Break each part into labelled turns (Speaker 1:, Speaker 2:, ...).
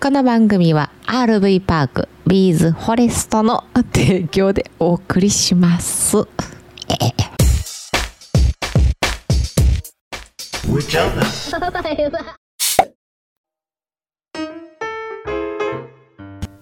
Speaker 1: この番組は RV パークビーズフォレストの提供でお送りします。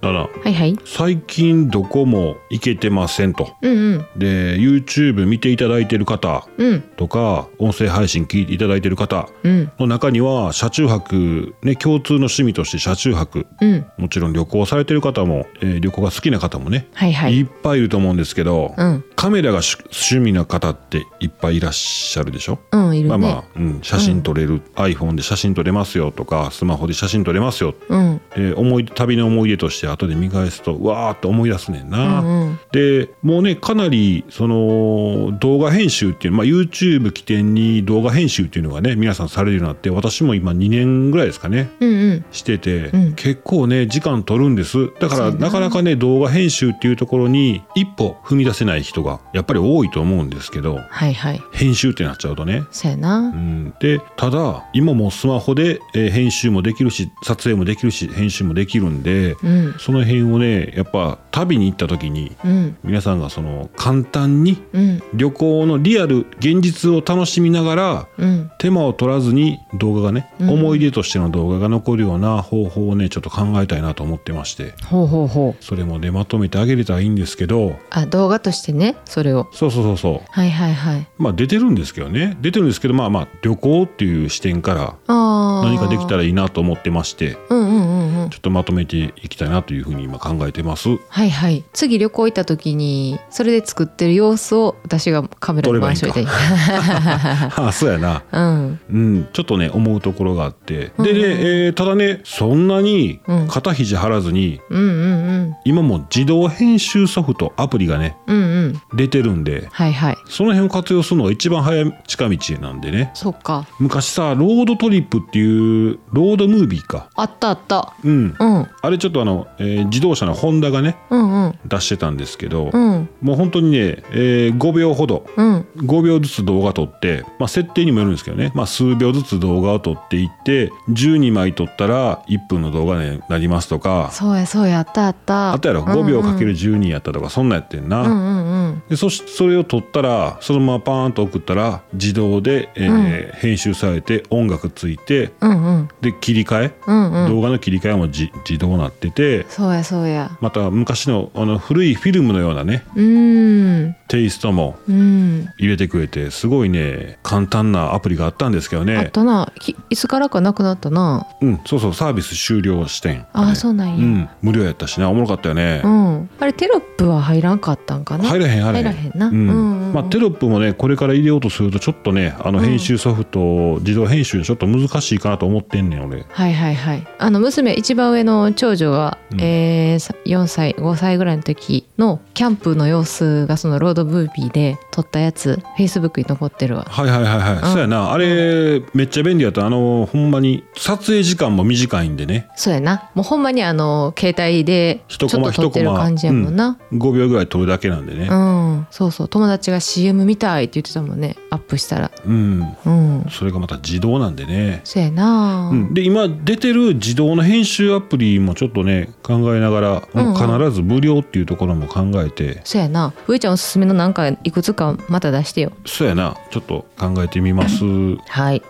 Speaker 2: だから
Speaker 1: はいはい。
Speaker 2: 最近どこも行けてませんと
Speaker 1: うんうん
Speaker 2: で YouTube 見ていただいてる方
Speaker 1: うん
Speaker 2: とか音声配信聞いていただいてる方
Speaker 1: うん
Speaker 2: の中には車中泊、ね、共通の趣味として車中泊
Speaker 1: うん。
Speaker 2: もちろん旅行されてる方も、えー旅行が好きな方もね、、
Speaker 1: はいはいい。
Speaker 2: っぱいいると思うんですけど、
Speaker 1: うん
Speaker 2: カメラが趣趣味な方っていっぱいいらっしゃるでしょ、
Speaker 1: うんいるね。
Speaker 2: まあまあ、うん、写真撮れる、iPhone で写真撮れますよとかスマホで写真撮れますよ
Speaker 1: うん
Speaker 2: で思い出旅の思い出として後で見返すとうわーって思い出すねん
Speaker 1: う
Speaker 2: な。
Speaker 1: んうん
Speaker 2: でもうねかなりその動画編集っていう、まあ、YouTube 起点に動画編集っていうのがね皆さんされるようになって私も今2年ぐらいですかね
Speaker 1: うんうん
Speaker 2: してて、
Speaker 1: うん
Speaker 2: 結構ね時間取るんですだか
Speaker 1: そう
Speaker 2: ら
Speaker 1: やな
Speaker 2: なかなかね動画編集っていうところに一歩踏み出せない人がやっぱり多いと思うんですけど
Speaker 1: はいはい。
Speaker 2: 編集ってなっちゃうとね
Speaker 1: そうやな
Speaker 2: う。ん、でただ今もうスマホで、えー編集もできるし撮影もできるし編集もできるんで、
Speaker 1: うん
Speaker 2: その辺をねやっぱ旅に行った時に
Speaker 1: うん
Speaker 2: 皆さんがその簡単に
Speaker 1: うん
Speaker 2: 旅行のリアル現実を楽しみながら
Speaker 1: うん
Speaker 2: 手間を取らずに動画がね、
Speaker 1: うん
Speaker 2: 思い出としての動画が残るような方法をねちょっと考えたいなと思ってまして
Speaker 1: ほうほうほう。
Speaker 2: それもねまとめてあげれたらいいんですけど
Speaker 1: あ動画としてねそれを。
Speaker 2: そうそうそうそう
Speaker 1: はいはいはい。
Speaker 2: まあ出てるんですけどね出てるんですけどまあまあ旅行っていう視点から
Speaker 1: ああ。
Speaker 2: 何かできたらいいなと思ってまして
Speaker 1: うんうんうんうん
Speaker 2: ちょっとまとめていきたいなというふうに今考えてます
Speaker 1: はいはい次旅行行った時にそれで作ってる様子を私がカメラに回しといて
Speaker 2: ああそうやな
Speaker 1: うん
Speaker 2: うんちょっとね思うところがあって
Speaker 1: うん
Speaker 2: でね、えーただねそんなに
Speaker 1: うん
Speaker 2: 肩肘張らずに
Speaker 1: うんうんうん
Speaker 2: 今も自動編集ソフトアプリがね
Speaker 1: うんうん
Speaker 2: 出てるんで
Speaker 1: はいはい
Speaker 2: その辺を活用するのが一番早い近道なんでね
Speaker 1: そっか
Speaker 2: 昔さロードトリップっていうロードムービーか
Speaker 1: あったあった
Speaker 2: うん
Speaker 1: うん
Speaker 2: あれちょっとあの、えー自動車のホンダがね
Speaker 1: うんうん
Speaker 2: 出してたんですけど、
Speaker 1: うん
Speaker 2: もう本当にね、えー5秒ほど
Speaker 1: うん
Speaker 2: 5秒ずつ動画撮って、まあ、設定にもよるんですけどね、まあ、数秒ずつ動画を撮っていって12枚撮ったら1分の動画になりますとか
Speaker 1: そうやそうやあったあった
Speaker 2: あとやろ
Speaker 1: うんうん
Speaker 2: 5秒かける12やったとかそんなんやってんな、
Speaker 1: うんうんうん
Speaker 2: でそしそれを撮ったらそのままパーンと送ったら自動で、えー編集されて音楽ついて
Speaker 1: うんうん
Speaker 2: で切り替え、
Speaker 1: うんうん
Speaker 2: 動画の切り替えもじ自動なってて
Speaker 1: そうやそうや
Speaker 2: また昔のあの古いフィルムのようなね
Speaker 1: うーん
Speaker 2: テイストも
Speaker 1: うん
Speaker 2: 入れてくれてすごいね簡単なアプリがあったんですけど
Speaker 1: あっ
Speaker 2: ね
Speaker 1: たなきいつからかなくなったな
Speaker 2: うんそうそうサービス終了視点
Speaker 1: あーそうなん
Speaker 2: う
Speaker 1: や
Speaker 2: ん無料やったしなおもろかったよね、
Speaker 1: うんあれテロップは入らんかったんかな
Speaker 2: 入らへん入らへ
Speaker 1: 入
Speaker 2: ん
Speaker 1: らへんな
Speaker 2: う
Speaker 1: うん
Speaker 2: ん
Speaker 1: うんうん
Speaker 2: まあ、テロップもねこれから入れようとするとちょっとねあの
Speaker 1: うん
Speaker 2: 編集ソフト、自動編集ちょっと難しいかなと思ってんねん俺
Speaker 1: はいはいはいあの娘一番上の長女が、
Speaker 2: うん
Speaker 1: えーさ4歳5歳ぐらいの時のキャンプの様子がそのロードムービーで撮ったやつ Facebook に残ってるわ
Speaker 2: はいはいはいはい、
Speaker 1: うん
Speaker 2: そうやなあれめっちゃ便利やったあのほんまに撮影時間も短いんでね
Speaker 1: そうやなもうほんまにあの携帯でちょ
Speaker 2: 一
Speaker 1: っ
Speaker 2: コマ
Speaker 1: と撮ってる感じやもんな
Speaker 2: 5秒ぐらい撮るだけなんで
Speaker 1: う
Speaker 2: ね
Speaker 1: ん、そうそう友達が CM 見たいって言ってたもんねアップしたら
Speaker 2: うん、
Speaker 1: うん
Speaker 2: それがまた自動なんでね
Speaker 1: そうやな、
Speaker 2: うん、で今出てる自動の編集アプリもちょっとね考えながら、
Speaker 1: うんうん
Speaker 2: 必ず無料っていうところも考えて
Speaker 1: そうやなふいちゃんおすすめのなんかいくつかまた出してよ
Speaker 2: そうやなちょっと考えてみます
Speaker 1: はい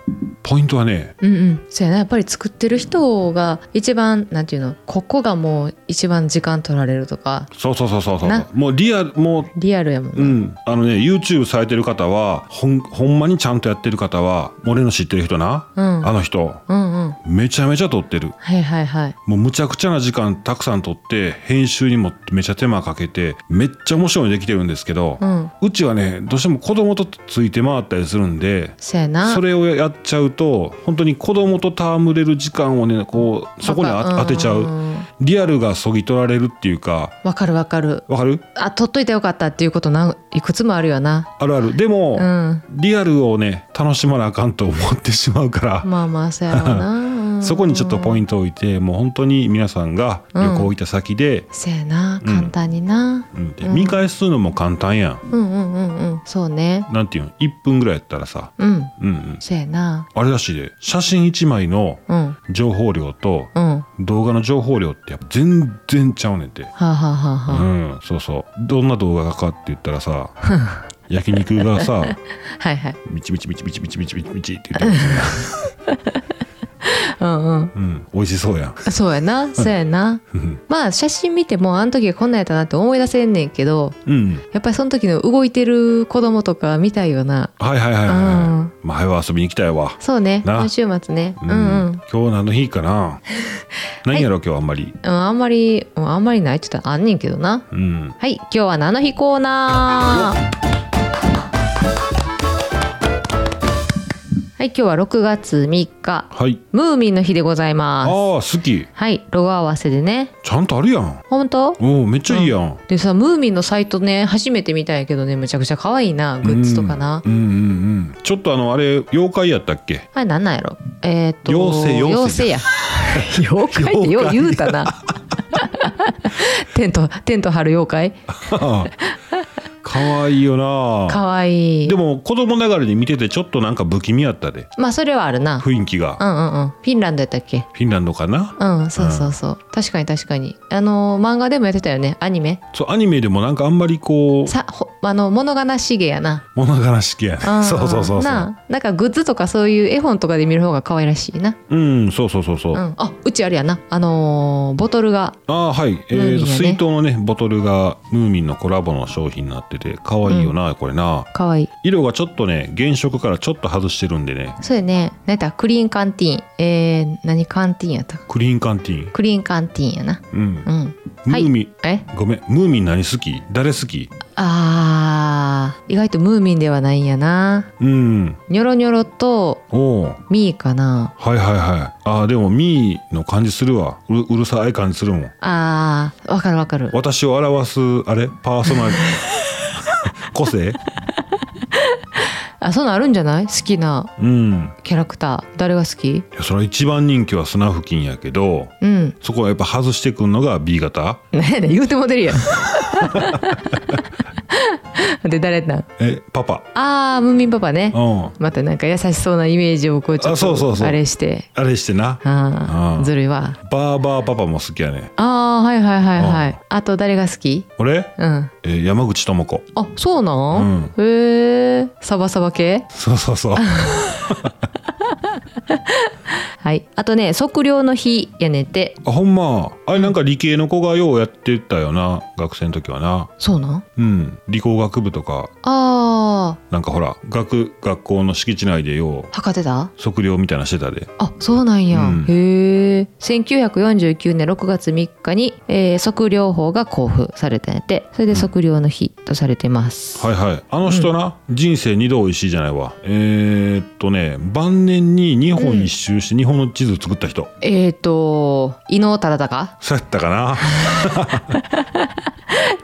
Speaker 2: ポイントはね
Speaker 1: うんうん、そうやなやっぱり作ってる人が一番なんていうのここがもう一番時間取られるとか
Speaker 2: そうそうそうそうそ
Speaker 1: な
Speaker 2: うもうリアルも
Speaker 1: リアルやもん
Speaker 2: う、
Speaker 1: な、
Speaker 2: うん、あのね YouTube されてる方はほんほんまにちゃんとやってる方は俺の知ってる人な、
Speaker 1: うん
Speaker 2: あの人
Speaker 1: うんうん
Speaker 2: めちゃめちゃ撮ってる
Speaker 1: はいはいはい
Speaker 2: もうむちゃくちゃな時間たくさん撮って編集にもめちゃ手間かけてめっちゃ面白いのできてるんですけど、
Speaker 1: うん
Speaker 2: うちはねどうしても子供とついて回ったりするんで
Speaker 1: そうやな
Speaker 2: それをやっちゃうと本当に子供と戯れる時間をねこうそこに
Speaker 1: わ
Speaker 2: あ
Speaker 1: か
Speaker 2: 当てちゃ
Speaker 1: ん
Speaker 2: うん
Speaker 1: ん
Speaker 2: リアルがそぎ取られるっていうか
Speaker 1: わかるわかる
Speaker 2: わかる
Speaker 1: あ取っといてよかったっていうことなんいくつもあるよな
Speaker 2: あるあるでも、
Speaker 1: うん
Speaker 2: リアルをね楽しまなあかんと思ってしまうから、
Speaker 1: まあまあそうやろうなううん
Speaker 2: そこにちょっとポイントを置いてもう本当に皆さんが旅行行った先で、
Speaker 1: せやな
Speaker 2: うん
Speaker 1: 簡単にな、
Speaker 2: うんで
Speaker 1: うん
Speaker 2: 見返すのも簡単やん
Speaker 1: うん、うんうんうんそうね
Speaker 2: なんていうの1分ぐらいやったらさ、
Speaker 1: うん
Speaker 2: うんうん、
Speaker 1: せやな
Speaker 2: あれらしいで写真1枚の
Speaker 1: うんうん
Speaker 2: 情報量と
Speaker 1: は
Speaker 2: 動画の情報量ってやっぱ全然ちゃうねんて。
Speaker 1: あ、はあはあ
Speaker 2: う
Speaker 1: はあ、
Speaker 2: ん、そうそうどんな動画かって言った らさ焼肉がさ
Speaker 1: はいはい
Speaker 2: ビチビチビチビチビチビチビチビチって言ってる、
Speaker 1: うんうん
Speaker 2: うん、美味しそうやん
Speaker 1: そうやなそうやな
Speaker 2: うん
Speaker 1: まあ写真見てもあの時こんなんやったなって思い出せんねんけど
Speaker 2: うん
Speaker 1: やっぱりその時の動いてる子供とか見たいよな
Speaker 2: はいはいはいはい、
Speaker 1: うん
Speaker 2: まあ早は遊びに行きたいわ、
Speaker 1: そうね
Speaker 2: な
Speaker 1: 今週末ね
Speaker 2: う
Speaker 1: うんんうん
Speaker 2: 今日何の日 かな何やろう今日あんまり
Speaker 1: うんあんまりうんあんまりないって言ったらあんねんけどな
Speaker 2: うん
Speaker 1: はい今日は「菜の日コーナー」はい今日は6月3日
Speaker 2: はい
Speaker 1: ムーミンの日でござい
Speaker 2: ああ
Speaker 1: ます
Speaker 2: 好き
Speaker 1: はいロゴ合わせでね
Speaker 2: ちゃんとあるやん
Speaker 1: 本当
Speaker 2: おおめっちゃいいやん、
Speaker 1: でさムーミンのサイトね初めて見たんやけどねむちゃくちゃ可愛いなグッズとかな、
Speaker 2: うんうんうんちょっとあのあれ妖怪やったっ け
Speaker 1: あれなんなんやろえーっと
Speaker 2: 妖精
Speaker 1: 妖精や妖 怪ってよう言うたなテントテント張る妖怪
Speaker 2: 可愛いよな
Speaker 1: 可愛い
Speaker 2: でも子供ながらに見ててちょっとなんか不気味やったで
Speaker 1: まあそれはあるな
Speaker 2: 雰囲気が、
Speaker 1: うんうんうんフィンランドやったっけ
Speaker 2: フィンランドかな
Speaker 1: うんそうそうそう、確かに確かにあのー漫画でもやってたよねアニメ
Speaker 2: そうアニメでもなんかあんまりこう
Speaker 1: さほあの物悲しげやな
Speaker 2: 物悲しきやね
Speaker 1: うん
Speaker 2: そうそうそうそう
Speaker 1: なあなんかグッズとかそういう絵本とかで見る方が可愛らしいな
Speaker 2: うんそうそうそうそう、
Speaker 1: う
Speaker 2: あ
Speaker 1: ん、あうちあれやなあのーボトルが
Speaker 2: あーはい、えー
Speaker 1: ムーミンや
Speaker 2: と
Speaker 1: ね
Speaker 2: 水筒のねボトルがムーミンのコラボの商品になってて可愛いよな、これな
Speaker 1: かわいい
Speaker 2: 色がちょっとね原色からちょっと外してるんでね
Speaker 1: そうやね何やったクリーンカンティーンえー、何カンティーンやった
Speaker 2: クリーンカンティーン
Speaker 1: クリーンカンティーンやな
Speaker 2: うん
Speaker 1: う、ん
Speaker 2: ム
Speaker 1: はい
Speaker 2: ーミン
Speaker 1: え
Speaker 2: ごめんムーミン何好き誰好き
Speaker 1: あー意外とムーミンではないんやな
Speaker 2: うん
Speaker 1: ニョロニョロと
Speaker 2: おー
Speaker 1: ミーかな
Speaker 2: はいはいはいあーでもミーの感じするわうるうるさい感じするもん
Speaker 1: あーわかるわかる
Speaker 2: 私を表すあれパーソナリティ 個性
Speaker 1: あそんなんあるんじゃない好きな
Speaker 2: うん
Speaker 1: キャラクター誰が好き
Speaker 2: いやそれは一番人気はスナフキンやけど
Speaker 1: うん
Speaker 2: そこはやっぱ外してくんのが B 型
Speaker 1: 何やねん 言うてもうてるやんで誰なん
Speaker 2: えパパ
Speaker 1: あームーミンパパね
Speaker 2: うん
Speaker 1: またなんか優しそうなイメージをこうちょ
Speaker 2: あ
Speaker 1: っ
Speaker 2: そうそうそ
Speaker 1: と
Speaker 2: う
Speaker 1: あれして
Speaker 2: あれしてな
Speaker 1: あ
Speaker 2: うん
Speaker 1: あずるいわ
Speaker 2: バーバーパパも好きやね
Speaker 1: あーはいはいはいは
Speaker 2: うん
Speaker 1: いあと誰が好き
Speaker 2: 俺、
Speaker 1: うん
Speaker 2: えー山口智子
Speaker 1: あそうなん、へえサバサバ系
Speaker 2: そうそうそう
Speaker 1: はいあとね測量の日やねんて
Speaker 2: あほんまあれなんか理系の子がようやってたよな学生の時はな
Speaker 1: そうなん
Speaker 2: うん理工学部とか
Speaker 1: あ
Speaker 2: なんかほら学学校の敷地内でよ
Speaker 1: ー測ってた
Speaker 2: う測量みたいなしてたで
Speaker 1: あそうなんや、
Speaker 2: うん
Speaker 1: へえ1949年6月3日に、えー測量法が交付されたんやってそれで測量の日とされてます、
Speaker 2: はいはいあの人な、人生二度おいしいじゃないわえー、っとね晩年に日本一周して日本の地図作った人、
Speaker 1: えっ、ー、と伊能忠敬
Speaker 2: そうやったか な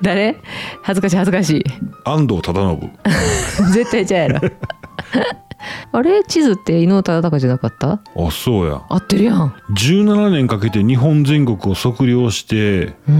Speaker 1: 誰恥ずかしい恥ずかしい
Speaker 2: 安藤忠信
Speaker 1: 絶対ちゃうやろ あれ地図って伊能忠敬じゃなかった
Speaker 2: あそうや
Speaker 1: 合ってるやん
Speaker 2: 17年かけて日本全国を測量して
Speaker 1: うー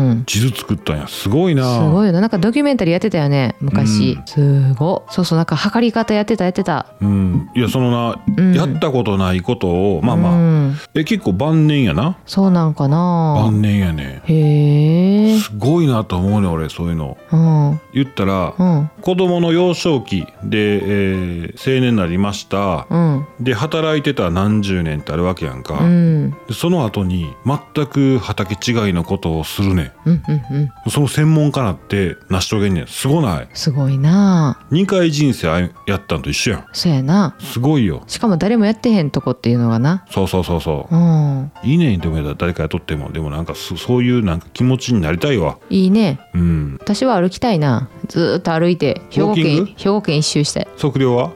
Speaker 1: ん
Speaker 2: 地図作ったんやすごいな
Speaker 1: すごいよななんかドキュメンタリーやってたよね昔、
Speaker 2: うん
Speaker 1: すごっそうそうなんか測り方やってたやってた
Speaker 2: うん、いやそのな、
Speaker 1: うん
Speaker 2: やったことないことをまあ
Speaker 1: う
Speaker 2: まあ
Speaker 1: ん
Speaker 2: え結構晩年やな
Speaker 1: そうなんかな
Speaker 2: 晩年やね
Speaker 1: へえ
Speaker 2: すごいなと思うね俺そういうの
Speaker 1: うんうん
Speaker 2: 言ったら
Speaker 1: うん
Speaker 2: 子供の幼少期で、えー青年になりました
Speaker 1: うん
Speaker 2: で働いてた何十年ってあるわけやんか、
Speaker 1: うん
Speaker 2: でその後に全く畑違いのことをするね
Speaker 1: うんうん
Speaker 2: んその専門家なって成し遂げんねんすごない
Speaker 1: すごいな
Speaker 2: 2回人生あいやったんと一緒やん
Speaker 1: そうやな
Speaker 2: すごいよ
Speaker 1: しかも誰もやってへんとこっていうのがな
Speaker 2: そうそうそうそう
Speaker 1: うん
Speaker 2: いいねんでもやったら誰か雇ってもでもなんかそそういうなんか気持ちになりたいわ
Speaker 1: いいね
Speaker 2: うん
Speaker 1: 私は歩きたいなずーっと歩いて兵庫
Speaker 2: ウォー
Speaker 1: 県
Speaker 2: キン
Speaker 1: 兵庫 県一周したい
Speaker 2: 測量は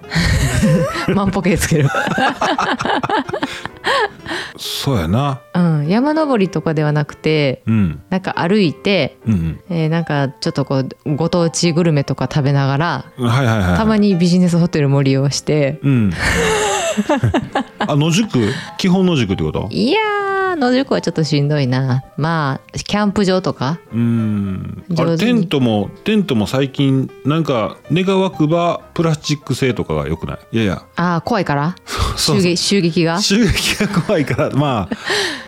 Speaker 1: 万歩計つける
Speaker 2: そうやな
Speaker 1: うん、山登りとかではなくて
Speaker 2: うん
Speaker 1: なんか歩いて、
Speaker 2: うん
Speaker 1: えーなんかちょっとこうご当地グルメとか食べながら
Speaker 2: うんはいはいはい
Speaker 1: たまにビジネスホテルも利用して
Speaker 2: うん あ野宿基本野宿ってこと
Speaker 1: いやー野宿はちょっとしんどいなまあキャンプ場とか
Speaker 2: うんあれ
Speaker 1: 上手
Speaker 2: テ
Speaker 1: に
Speaker 2: ントもテントも最近なんか願わくばプラスチック製とかがよくないいやいや
Speaker 1: ああ怖いから
Speaker 2: そう
Speaker 1: 襲撃襲撃が
Speaker 2: 襲撃が怖いからまあ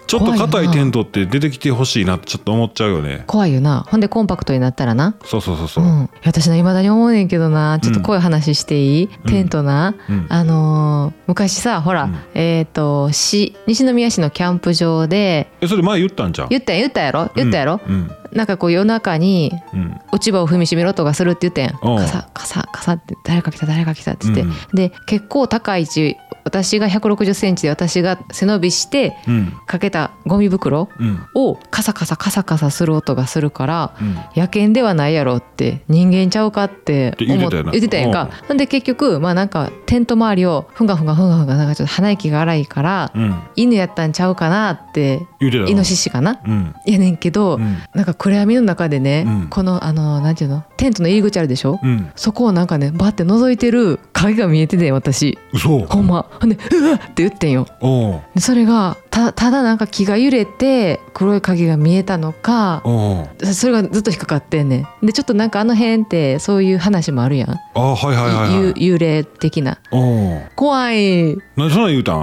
Speaker 2: ちょっと硬
Speaker 1: 怖い
Speaker 2: い
Speaker 1: な
Speaker 2: テントって出てきてほしいなってちょっと思っちゃうよね
Speaker 1: 怖いよなほんでコンパクトになったらな
Speaker 2: そうそうそうそうう、
Speaker 1: ん、私ないまだに思うねんけどなちょっとこういう話していい、
Speaker 2: うん
Speaker 1: テントな、
Speaker 2: うん
Speaker 1: あのー昔さほら、
Speaker 2: うん
Speaker 1: えっ、と市西宮市のキャンプ場で
Speaker 2: えそれ前言ったんじゃん
Speaker 1: 言ったやん言ったやろ言ったやろ、
Speaker 2: うん
Speaker 1: なんかこう夜中に
Speaker 2: うんうん
Speaker 1: 落ち葉を踏みしめろとかするって言ってん
Speaker 2: おう
Speaker 1: 傘傘傘って誰か来た誰か来たって言って、
Speaker 2: うん
Speaker 1: で結構高い位置私が1 6 0ンチで私が背伸びして
Speaker 2: うん
Speaker 1: かけたゴミ袋
Speaker 2: うん
Speaker 1: をカサカサカサカサする音がするから、
Speaker 2: うん
Speaker 1: 野犬ではないやろって人間ちゃうかって
Speaker 2: って言うてたよな
Speaker 1: 言ってたやんかほんで結局まあなんかテント周りをふんがふんがふんがふんがなんかちょっと鼻息が荒いから、
Speaker 2: うん
Speaker 1: 犬やったんちゃうかなって
Speaker 2: 言うてたよ
Speaker 1: イノシシかな
Speaker 2: うん
Speaker 1: やねんけど、
Speaker 2: うん
Speaker 1: なんか暗闇の中でね、
Speaker 2: うん
Speaker 1: このあのなんていうのテントの入り口あるでしょ、
Speaker 2: うん
Speaker 1: そこをなんかねバッて覗いてる影が見えてて私
Speaker 2: 嘘
Speaker 1: ほんまほんで「うわっ!」って言ってんよ
Speaker 2: おう
Speaker 1: でそれがたただなんか気が揺れて黒い影が見えたのか
Speaker 2: おう
Speaker 1: それがずっと引っかかってんねんでちょっとなんかあの辺ってそういう話もあるやん、
Speaker 2: あはいはいはいはい
Speaker 1: ゆ幽霊的な
Speaker 2: おう
Speaker 1: 怖い い
Speaker 2: 何そんなん言うたん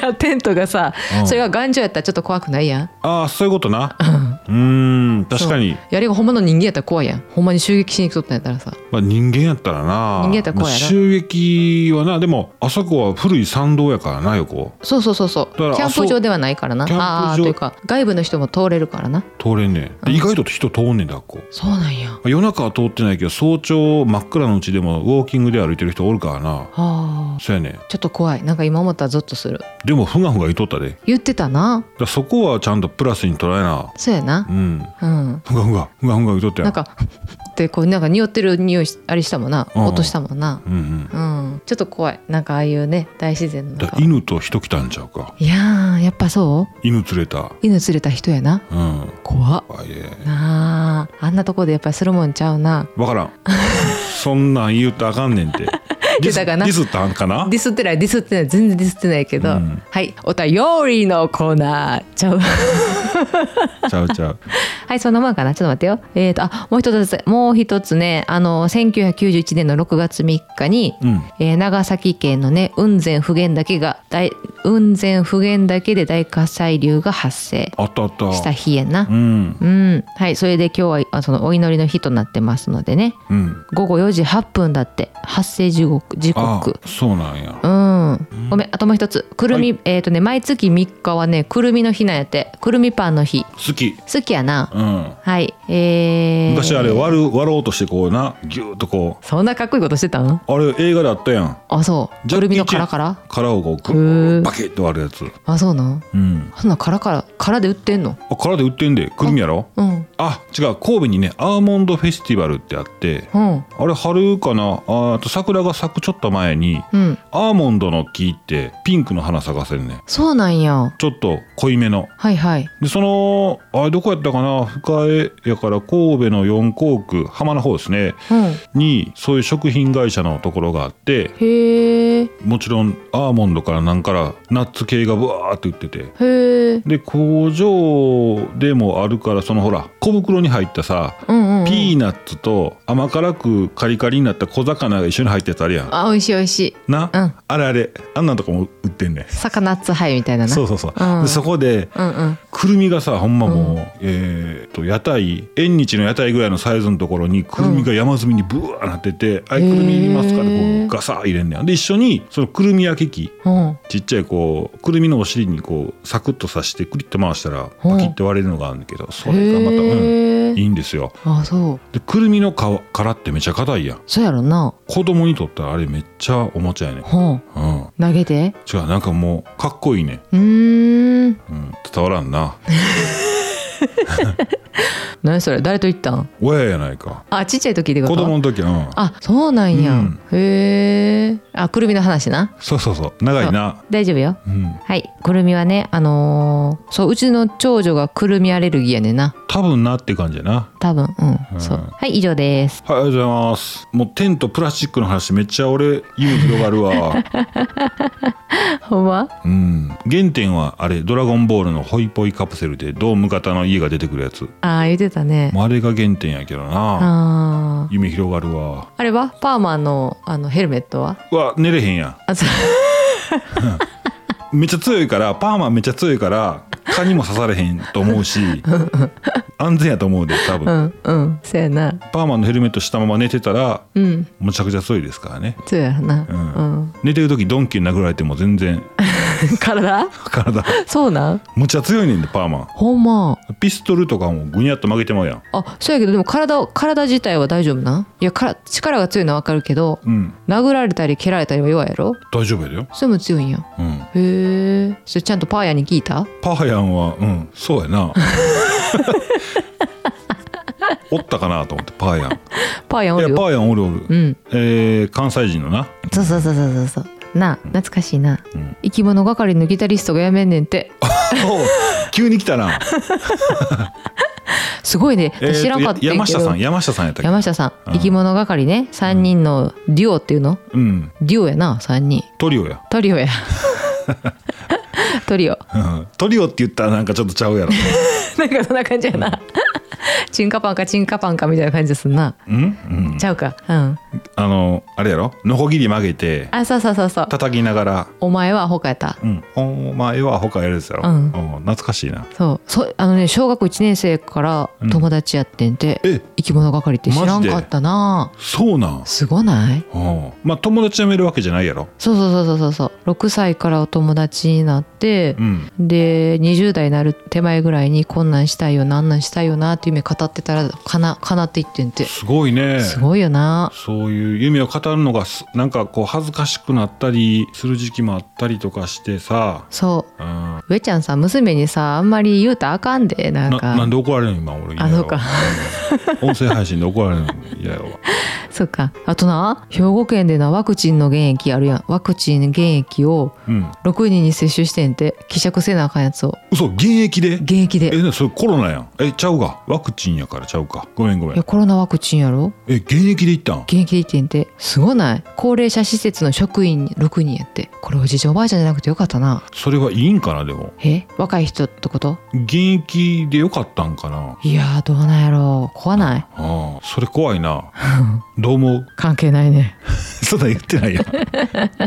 Speaker 1: やテントがさ
Speaker 2: うん
Speaker 1: それが頑丈やったらちょっと怖くないやん
Speaker 2: ああそういうことな
Speaker 1: うん
Speaker 2: うーん確かに
Speaker 1: やりがほんまの人間やったら怖いやんほんまに襲撃しに来とったんやったらさ
Speaker 2: まあ、人間やったらな
Speaker 1: 人間やったら怖いやろ
Speaker 2: まあ襲撃はなでもあそこは古い参道やからな横
Speaker 1: そうそうそうそうキ
Speaker 2: から
Speaker 1: ャンプ
Speaker 2: あそう
Speaker 1: 場ではないからな
Speaker 2: キャンプ場
Speaker 1: ああーというか外部の人も通れるからな
Speaker 2: 通れんねんで
Speaker 1: うん
Speaker 2: 意外と人通んねんだっこ
Speaker 1: そうなんや
Speaker 2: 夜中は通ってないけど早朝真っ暗のうちでもウォーキングで歩いてる人おるからな
Speaker 1: あー
Speaker 2: そうやねん
Speaker 1: ちょっと怖いなんか今思ったらゾッとする
Speaker 2: でもふがふが言っとったでだか
Speaker 1: 言ってたな
Speaker 2: らそこはちゃんとプラスに捉えな
Speaker 1: そうやな
Speaker 2: うん
Speaker 1: うん
Speaker 2: ふがふがふがふが言っとったや
Speaker 1: なんか ってこうなんか匂ってる匂いしあれしたもんな
Speaker 2: うん
Speaker 1: 音したもんな
Speaker 2: うんうん
Speaker 1: うん、ちょっと怖いなんかああいうね大自然の
Speaker 2: だか
Speaker 1: 中
Speaker 2: ら犬と人来たんちゃうか
Speaker 1: いやーやっぱそう
Speaker 2: 犬連れた
Speaker 1: 犬連れた人やな
Speaker 2: うん
Speaker 1: 怖っ
Speaker 2: あいえ
Speaker 1: なああんなとこでやっぱりするもんちゃうな
Speaker 2: わからん そんなん言うとあかんね んてディス
Speaker 1: 出たかな
Speaker 2: ディスったんかな
Speaker 1: ディスってないディスってない全然ディスってないけど、
Speaker 2: うん
Speaker 1: はいお便りのコーナーちゃう
Speaker 2: ちゃうちゃう
Speaker 1: はいそんなもんかなちょっと待ってよえー、とあもう一つもう一つねあの1991年の6月3日に、
Speaker 2: うん
Speaker 1: えー長崎県のね雲仙普賢岳が大雲仙普賢岳で大火砕流が発生
Speaker 2: あったあった
Speaker 1: した日やな
Speaker 2: うん
Speaker 1: うん、はい、それで今日はあそのお祈りの日となってますのでね。
Speaker 2: うん
Speaker 1: 午後4時8分だって発生時刻時
Speaker 2: あ
Speaker 1: 刻。
Speaker 2: そうなんや
Speaker 1: うん、ごめんあともう一つくるみ、
Speaker 2: は
Speaker 1: えっ、とね毎月3日はねくるみの日なんやってくるみパンの日
Speaker 2: 好き
Speaker 1: 好きやな、
Speaker 2: うん
Speaker 1: はいえー、
Speaker 2: 昔あれ割る割ろうとしてこうなギューッとこ
Speaker 1: そんなかっこいいことしてたん
Speaker 2: うあれ映画であったやん
Speaker 1: あそう
Speaker 2: ジャ
Speaker 1: くる
Speaker 2: ッキー
Speaker 1: みの殻から
Speaker 2: 殻をこう
Speaker 1: へ
Speaker 2: グ
Speaker 1: ー
Speaker 2: バキッと割るやつ
Speaker 1: あそうなん
Speaker 2: うん
Speaker 1: そんな殻から殻で売ってんの
Speaker 2: あ殻で売ってんでくるみやろ
Speaker 1: うん
Speaker 2: あ違う神戸にねアーモンドフェスティバルってあって
Speaker 1: うん
Speaker 2: あれ春かなああと桜が咲くちょっと前に
Speaker 1: うん
Speaker 2: アーモンドの木ってピンクの花咲かせるねん
Speaker 1: そうなんや
Speaker 2: ちょっと濃いめの
Speaker 1: はいはい
Speaker 2: でそのあれどこやったかな深江やから神戸の四港区浜の方ですね
Speaker 1: うん
Speaker 2: にそういう食品会社のところがあって
Speaker 1: へえ
Speaker 2: もちろんアーモンドからなんからナッツ系がブワーって売ってて
Speaker 1: へえ
Speaker 2: で工場でもあるからそのほら小袋に入ったさ
Speaker 1: うんうん、
Speaker 2: ピ
Speaker 1: うん、
Speaker 2: ーナッツと甘辛くカリカリになった小魚が一緒に入ったやつあるやん
Speaker 1: あ美味しい美味しい
Speaker 2: な、
Speaker 1: うん
Speaker 2: あれあれあんなんとかも売ってんねん
Speaker 1: 魚ナッツハイみたいなな
Speaker 2: そうそうそう、
Speaker 1: うん
Speaker 2: でそこで
Speaker 1: うんうん
Speaker 2: くるみがさほんまもう、
Speaker 1: うん
Speaker 2: えー、と屋台縁日の屋台ぐらいのサイズのところにくるみが山積みにブワーなってて「あいくるみいりますか?」ってこ
Speaker 1: へ
Speaker 2: う
Speaker 1: ー
Speaker 2: ガサー入れんねんで一緒にそのくるみ焼き器
Speaker 1: うん
Speaker 2: ちっちゃいこうくるみのお尻にこうサクッと刺してクリッと回したら
Speaker 1: うん
Speaker 2: パキッて割れるのがあるんだけどそれがまた、うん、
Speaker 1: へー
Speaker 2: いいんですよ
Speaker 1: あそう
Speaker 2: でくるみの皮殻ってめっちゃ硬いやん
Speaker 1: そうやろな
Speaker 2: 子供にとったらあれめっちゃおもちゃやねん、
Speaker 1: ほん
Speaker 2: うん、
Speaker 1: 投げて
Speaker 2: 違うなんかもうかっこいいね
Speaker 1: うーん
Speaker 2: うん、伝わらんな
Speaker 1: 何それ誰と行ったん
Speaker 2: 親やないか
Speaker 1: あちっちゃい時ってこ
Speaker 2: 子
Speaker 1: と
Speaker 2: 供の時うん
Speaker 1: あそうなんや、
Speaker 2: うん
Speaker 1: へえあくるみの話な
Speaker 2: そうそうそう長いな
Speaker 1: 大丈夫よ
Speaker 2: うん
Speaker 1: はいくるみはねあのーそううちの長女がくるみアレルギーやねんな
Speaker 2: 多分なっていう感じやな
Speaker 1: 多分うん、
Speaker 2: うん
Speaker 1: そうはい以上です
Speaker 2: はい、ありがとうございます。もうテントプラスチックの話めっちゃ俺夢広がるわ。
Speaker 1: ほんま
Speaker 2: うん。原点はあれ、ドラゴンボールのホイポイカプセルでドーム型の家が出てくるやつ。
Speaker 1: ああ言ってたね
Speaker 2: もうあれが原点やけどな。
Speaker 1: あー
Speaker 2: 夢広がるわ。
Speaker 1: あれはパーマのあのヘルメットは
Speaker 2: うわ、寝れへんや。
Speaker 1: あそうん
Speaker 2: めっちゃ強いから、パーマめっちゃ強いから、蚊にも刺されへんと思 うし、安全やと思うで、多
Speaker 1: う
Speaker 2: 分。
Speaker 1: んうんそうやな
Speaker 2: パーマのヘルメットしたまま寝てたら、
Speaker 1: うん
Speaker 2: むちゃくちゃ強いですからね。
Speaker 1: そうやな
Speaker 2: う
Speaker 1: うんん、
Speaker 2: 寝てる時ドンキに殴られても全然
Speaker 1: 体
Speaker 2: 体、
Speaker 1: そうなん
Speaker 2: むちゃ強いねんで、パーマ。
Speaker 1: ほんま
Speaker 2: ピストルとかもぐにゃっと曲げてまうやん。
Speaker 1: あそうやけどでも体を体自体は大丈夫なんいやから力が強いのは分かるけど
Speaker 2: うん。
Speaker 1: 殴られたり蹴られたりは弱いやろ
Speaker 2: 大丈夫やでよ。
Speaker 1: それも強いんや
Speaker 2: うん。
Speaker 1: へえそれちゃんとパーヤに聞いた
Speaker 2: パーヤンは、うん、そうやな。 おったかなと思って、パーヤン。
Speaker 1: パーヤンお
Speaker 2: い
Speaker 1: る
Speaker 2: や、
Speaker 1: よ
Speaker 2: パーヤンおるおる。
Speaker 1: うん
Speaker 2: えー、関西人のな。
Speaker 1: そうそうそうそうそうそうなあ懐かしいな、
Speaker 2: うん
Speaker 1: 生き物係のギタリストがやめんねんって
Speaker 2: お 急に来たな。
Speaker 1: すごいね
Speaker 2: えーと
Speaker 1: 私知らんかったんやけど、
Speaker 2: や山下さん、山下さんやったっけ
Speaker 1: 山下さん、
Speaker 2: うん
Speaker 1: 生き物係ね3人のデュオっていうの
Speaker 2: うん。
Speaker 1: デュオやな3人
Speaker 2: トリオや。
Speaker 1: トリオやトリオ
Speaker 2: うんトリオって言ったらなんかちょっとち ゃうやろ。
Speaker 1: なんかそんな感じやな。チンカパンかチンカパンかみたいな感じですんな。
Speaker 2: うんうん。
Speaker 1: ちゃうか。うん。
Speaker 2: あの、あれやろノコギリ曲げて、
Speaker 1: あ、そうそうそうそう。
Speaker 2: 叩きながら、
Speaker 1: お前はアホかやった。
Speaker 2: うん。お前は他やるやつやろ。
Speaker 1: うん
Speaker 2: お懐かしいな。
Speaker 1: そう。そうあのね、小学1年生から
Speaker 2: うん
Speaker 1: 友達やってんて、
Speaker 2: え
Speaker 1: 生き物係って知ら
Speaker 2: マ
Speaker 1: ん
Speaker 2: ジで
Speaker 1: かったな。
Speaker 2: そうなん。
Speaker 1: すごない
Speaker 2: うんまあ友達辞めるわけじゃないやろ。
Speaker 1: そうそうそうそうそうそう。6歳からお友達になって
Speaker 2: う、ん。
Speaker 1: で20代になる手前ぐらいにこんなんしたいよなあんなんしたいよなっていう夢語ってたらかなかなっていってんて
Speaker 2: すごいね。
Speaker 1: すごいよな
Speaker 2: そういう夢を語るのがすなんかこう恥ずかしくなったりする時期もあったりとかしてさ、
Speaker 1: そう
Speaker 2: うん、な
Speaker 1: 上ちゃんさ娘にさあんまり言うたらあかんでなんか
Speaker 2: なんで怒られるの今俺
Speaker 1: あそうか
Speaker 2: うん音声配信で怒られるの嫌やわ
Speaker 1: そうかあとな兵庫県でなワクチンの原液あるやんワクチン原液を
Speaker 2: うん
Speaker 1: 6人に接種してんて希釈せなあかんやつを
Speaker 2: 嘘現役で
Speaker 1: 原液で
Speaker 2: えなそれコロナやんえちゃうかワクチンやからちゃうかごめんごめ
Speaker 1: いや
Speaker 2: ん
Speaker 1: コロナワクチンやろ
Speaker 2: え現役で行ったん
Speaker 1: 現役でいってんてすごない高齢者施設の職員6人やってこれおじいちゃんおばあちゃんじゃなくてよかったな
Speaker 2: それはいいんかなでも
Speaker 1: え若い人ってこと
Speaker 2: 現役でよかったんかない
Speaker 1: やーどうなんやろう怖ない
Speaker 2: ああそれ怖い などう思う
Speaker 1: 関係ないね
Speaker 2: そんなん言ってないやん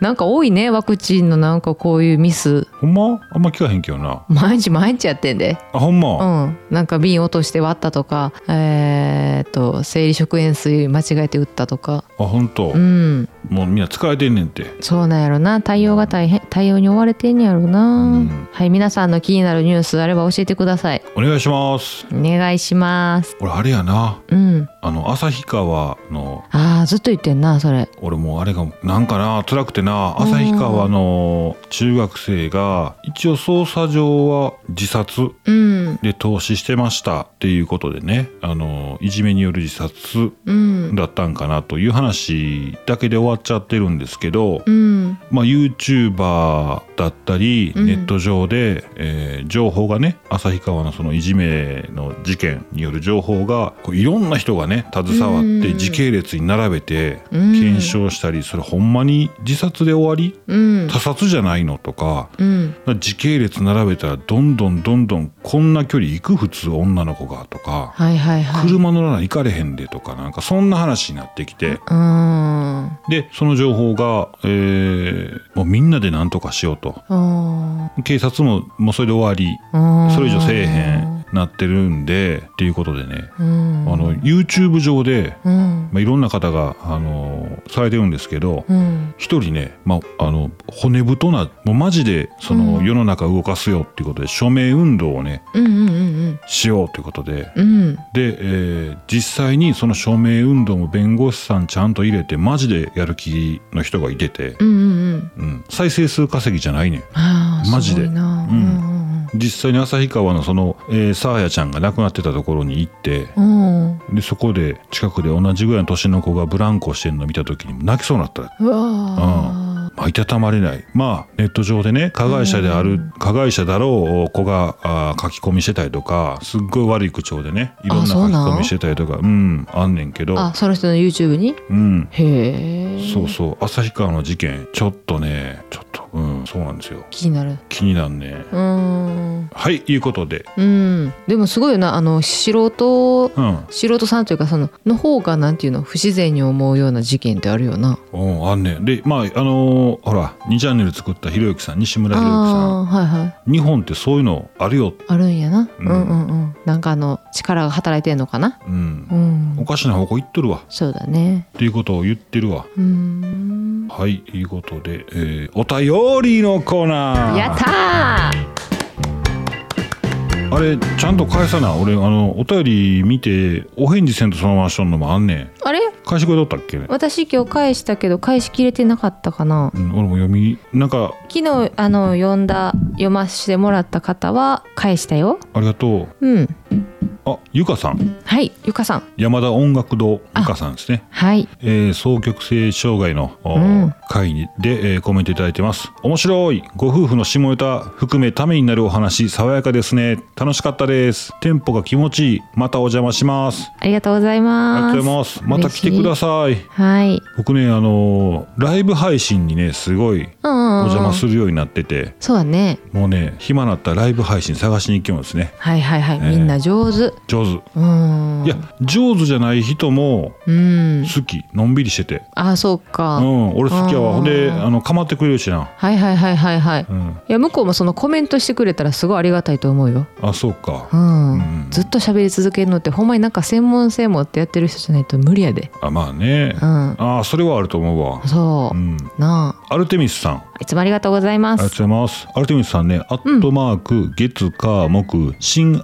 Speaker 1: なんか多いねワクチンのなんかこういうミス
Speaker 2: ほんまあんま聞かへんけどな。
Speaker 1: 毎日毎日やってんで
Speaker 2: あ、ほんま。
Speaker 1: うん、なんか瓶落として割ったとか、えー、と生理食塩水間違えて打ったとか、
Speaker 2: あ、ほんと
Speaker 1: う。ん、
Speaker 2: もうみんな疲れてんねんて。
Speaker 1: そうなんやろな対応が大変対応に追われてんやろな、
Speaker 2: うん
Speaker 1: はい皆さんの気になるニュースあれば教えてください
Speaker 2: お願いします。
Speaker 1: お願いします
Speaker 2: 俺、あれやな。
Speaker 1: うん
Speaker 2: あの、旭川の、
Speaker 1: あーずっと言ってんなそれ
Speaker 2: 俺もうあれが、なんかな、辛くてな、旭川の中学生が、一応捜査上は自殺
Speaker 1: うん
Speaker 2: で投資してましたっていうことでね、あの、いじめによる自殺
Speaker 1: うん
Speaker 2: だったんかなという話だけで終わっちゃってるんですけど、
Speaker 1: うん
Speaker 2: まあ、YouTuber だったり
Speaker 1: うん
Speaker 2: ネット上で、えー情報がね旭川のそのいじめの事件による情報がこういろんな人がね携わ
Speaker 1: うん
Speaker 2: って時系列に並べて
Speaker 1: うん
Speaker 2: 検証したりそれほんまに自殺で終わり
Speaker 1: うん
Speaker 2: 他殺じゃないのとか
Speaker 1: うん
Speaker 2: 時系列並べたらどんどんどんどんこんな距離行く普通女の子がとか
Speaker 1: はいはいはい
Speaker 2: 車乗らない行かれへんでとかなんかそんな話になってきて。
Speaker 1: うん
Speaker 2: でその情報が、えーもうみんなで何とかしようと
Speaker 1: うん
Speaker 2: 警察ももうそれで終わり
Speaker 1: うん
Speaker 2: それ以上せえへんなってるんでっていうことでね、
Speaker 1: うん
Speaker 2: あの YouTube 上で、
Speaker 1: うん
Speaker 2: まあ、いろんな方があのされてるんですけど
Speaker 1: うん
Speaker 2: 一人ね、まあ、あの骨太なもうマジでその、
Speaker 1: うん
Speaker 2: 世の中動かすよっていうことで署名運動をね
Speaker 1: うんうんうん
Speaker 2: しようということで。
Speaker 1: うんうん
Speaker 2: で、えー実際にその署名運動も弁護士さんちゃんと入れてマジでやる気の人がいてて、
Speaker 1: うんうんうん
Speaker 2: うん、再生数稼ぎじゃないねん
Speaker 1: ああ
Speaker 2: マジです
Speaker 1: ごいなうん
Speaker 2: うん
Speaker 1: うんうん
Speaker 2: 実際に旭川のその、えー、サーヤちゃんが亡くなってたところに行って
Speaker 1: うん
Speaker 2: でそこで近くで同じぐらいの年の子がブランコしてるの見た時に泣きそうになった
Speaker 1: うわ
Speaker 2: まあ、いたたまれないまあネット上でね加害者である、加害者だろう子があー書き込みしてたりとかすっごい悪い口調でねいろんな書き
Speaker 1: そうなん
Speaker 2: 込みしてたりとかうんあんねんけど
Speaker 1: ーあその人の YouTube に
Speaker 2: うん
Speaker 1: へえ
Speaker 2: そうそう旭川の事件ちょっとねちょっとうんそうなんですよ
Speaker 1: 気になる
Speaker 2: 気になんね
Speaker 1: うん
Speaker 2: はいいうことで
Speaker 1: うんでもすごいよなあの素人
Speaker 2: うん、
Speaker 1: 素人さんというかそのの方がなんていうの不自然に思うような事件ってあるよな
Speaker 2: うん、あんねんでまああのーほら2チャンネル作ったひろゆきさん西村ひろゆきさ
Speaker 1: ああーはいはい
Speaker 2: ん日本ってそういうのあるよ、
Speaker 1: あるんやな、う
Speaker 2: う
Speaker 1: んん、うんうんなんかあの力が働いてんのかな
Speaker 2: うん
Speaker 1: う、ん
Speaker 2: おかしな方向行っとるわ
Speaker 1: そうだね
Speaker 2: っていうことを言ってるわ
Speaker 1: うーん
Speaker 2: はい、ということで、えーお便りのコーナー。
Speaker 1: やったー
Speaker 2: あれ、ちゃんと返さな、俺、あの、お便り見て、お返事せんと、そのまましとんのもあんねん。
Speaker 1: あれ
Speaker 2: 返してくれとったっけ、ね。
Speaker 1: 私今日返したけど返しきれてなかったかな
Speaker 2: うん、俺も読み、なんか、
Speaker 1: 昨日あの読んだ読ませてもらった方は返したよ
Speaker 2: ありがとう。
Speaker 1: うん
Speaker 2: あ、ゆかさん、
Speaker 1: はいゆかさん
Speaker 2: 山田音楽堂、
Speaker 1: あ
Speaker 2: ゆかさんですね。
Speaker 1: はい
Speaker 2: えー、双極性障害の、お
Speaker 1: うん
Speaker 2: 会にで、えーコメントいただいてます。面白いご夫婦の下ネタ含めためになるお話、爽やかですね。楽しかったです。テンポが気持ちいい。またお邪魔します。
Speaker 1: ありがとうござい
Speaker 2: あ
Speaker 1: ます
Speaker 2: りがとうございます。また来てくだ
Speaker 1: さ
Speaker 2: さい。
Speaker 1: いはい
Speaker 2: 僕ね、あのーライブ配信にね、すごい
Speaker 1: うんうん
Speaker 2: お
Speaker 1: うん
Speaker 2: 邪魔するようになってて、
Speaker 1: そうだね
Speaker 2: もうね、暇なったらライブ配信探しに行きますね。
Speaker 1: はいはいはい、
Speaker 2: ええ
Speaker 1: みんな上手
Speaker 2: 上手。
Speaker 1: うん
Speaker 2: いや、上手じゃない人も
Speaker 1: うん
Speaker 2: 好き、のんびりしてて。
Speaker 1: あそう
Speaker 2: う
Speaker 1: か、
Speaker 2: ん、俺好き
Speaker 1: あー
Speaker 2: やわ。ほんで、あの、構ってくれるしな。
Speaker 1: はいはいはいはいはい、
Speaker 2: う
Speaker 1: い
Speaker 2: ん。
Speaker 1: や向こうもそのコメントしてくれたらすごいありがたいと思うよ
Speaker 2: あ、そうか
Speaker 1: う。ん、
Speaker 2: うん
Speaker 1: ずっと喋り続けるのってほんまになんか専門性持ってやってる人じゃないと無理やで
Speaker 2: あ、まあね。
Speaker 1: うん
Speaker 2: あ、それはあると思うわ。
Speaker 1: そうう、
Speaker 2: ん。
Speaker 1: なあ
Speaker 2: アルテミスさん。
Speaker 1: いつもありがとうございま
Speaker 2: ありが
Speaker 1: す。
Speaker 2: とうございます。アルテミスさんね、アットマーク、月、火、木、新ス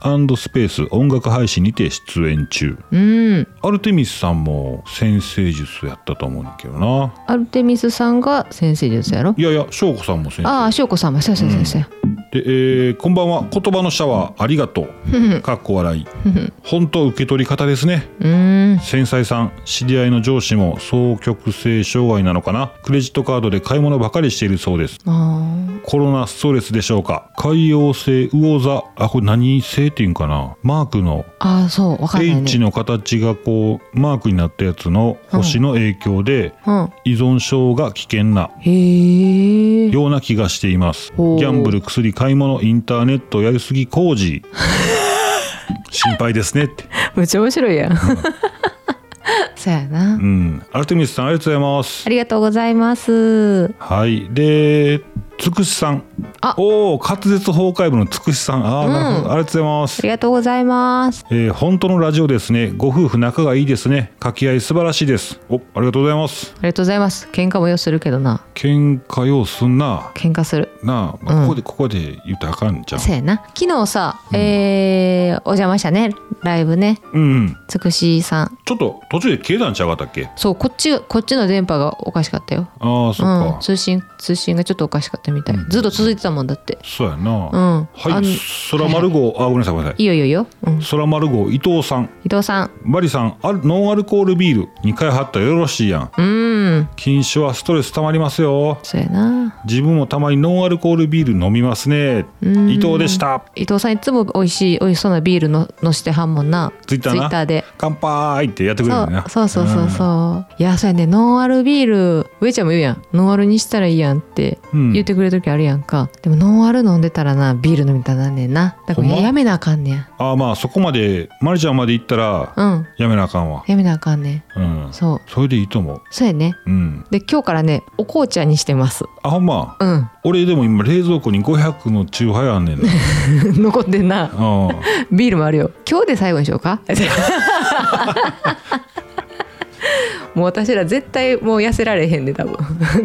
Speaker 2: ペース音楽配信にて出演中。
Speaker 1: うん。
Speaker 2: アルテミスさんも先生術やったと思うんだけどな。
Speaker 1: アルテミスさんが先生術やろ
Speaker 2: いやいや、翔子さんも先生。
Speaker 1: ああ、翔子さんも。そうそうそうそう。
Speaker 2: で、えーこんばんは。言葉のシャワー、ありがとう。かっこ笑い。本当受け取り方ですね。
Speaker 1: うーん。
Speaker 2: 繊細さん、知り合いの上司も双極性障害なのかな。クレジットカードで買い物ばかりしているそうです。
Speaker 1: あ
Speaker 2: コロナストレスでしょうか。海洋性魚座。あ、これ何性っていうんかな。マークの
Speaker 1: あ。ああ、そう。わかんない
Speaker 2: H
Speaker 1: ね。
Speaker 2: の形がこう、マークになったやつの星の影響で、
Speaker 1: うん。
Speaker 2: 依存症が危険な
Speaker 1: へえ。
Speaker 2: ような気がしていますギ
Speaker 1: ほう
Speaker 2: ャンブル薬買い物インターネットやりすぎ工 事心配ですねって、
Speaker 1: めっちゃ面白いやん。 そうやな
Speaker 2: う。ん、アルテミスさんありがとうございま
Speaker 1: あ
Speaker 2: す
Speaker 1: りがとうございます。
Speaker 2: はいでつくしさん
Speaker 1: あ
Speaker 2: おお滑舌崩壊部のつくしさんあー、なるほどありがとうございま
Speaker 1: あ
Speaker 2: す
Speaker 1: りがとうございます。
Speaker 2: えー本当のラジオですねご夫婦仲がいいですね掛け合い素晴らしいですおありがとうございます
Speaker 1: ありがとうございます。喧嘩もよするけどな。
Speaker 2: 喧嘩ようすんな
Speaker 1: 喧嘩する。
Speaker 2: なあ、まあここでここで言ったらあかんじゃん
Speaker 1: そうやな。昨日さ、えー、お邪魔したね。ライブね。
Speaker 2: うん、うん、
Speaker 1: つくしさん。
Speaker 2: ちょっと途中で消えたんちゃうかったっけ
Speaker 1: そう、こっち、こっちの電波がおかしかったよ。
Speaker 2: ああそっか、
Speaker 1: うん、通信通信がちょっとおかしかったみたい、ずっと続いてたもんだって
Speaker 2: そうやな。
Speaker 1: うん
Speaker 2: は
Speaker 1: あ
Speaker 2: い
Speaker 1: の、
Speaker 2: 空丸号、あ、ごめんなさい、ごめんなさ
Speaker 1: いいよいいよいいよ、うん、
Speaker 2: い。空丸号、伊藤さん、
Speaker 1: 伊藤さん
Speaker 2: バリさん、あるノンアルコールビール、2回貼ったらよろしいや
Speaker 1: う
Speaker 2: ん。
Speaker 1: ん
Speaker 2: 禁酒はストレス溜まりますよ。
Speaker 1: そうやな
Speaker 2: 自分もたまにノンアルコールビール飲みますね。伊藤でした。
Speaker 1: 伊藤さんいつも美味しい美味しそうなビールののしてはんもんな
Speaker 2: ツイッターな
Speaker 1: で
Speaker 2: 乾杯ってやってくれるんだな。
Speaker 1: そうそうそうそうそういやそうやねノンアルビール上ちゃんも言うやんノンアルにしたらいいやんって
Speaker 2: うん
Speaker 1: 言ってくれる時あるやんか、でもノンアル飲んでたらなビール飲みたいなんねんなだから
Speaker 2: ほんま
Speaker 1: やめなあかんねん
Speaker 2: ああ、まあ、そこまで、マリちゃんまで行ったら、
Speaker 1: うん
Speaker 2: やめなあかんわ。
Speaker 1: やめなあかんねん
Speaker 2: うん。
Speaker 1: そう
Speaker 2: それでいいと思う。
Speaker 1: そうやね
Speaker 2: うん。
Speaker 1: で今日からねお紅茶にしてます
Speaker 2: あ、ほんま。
Speaker 1: うん
Speaker 2: 俺でも今冷蔵庫に500のチューハイあんねんな。
Speaker 1: 残ってんな
Speaker 2: うん。
Speaker 1: ビールもあるよ。今日で最後にしよう か。もう私ら絶対もう痩せられへんで 多分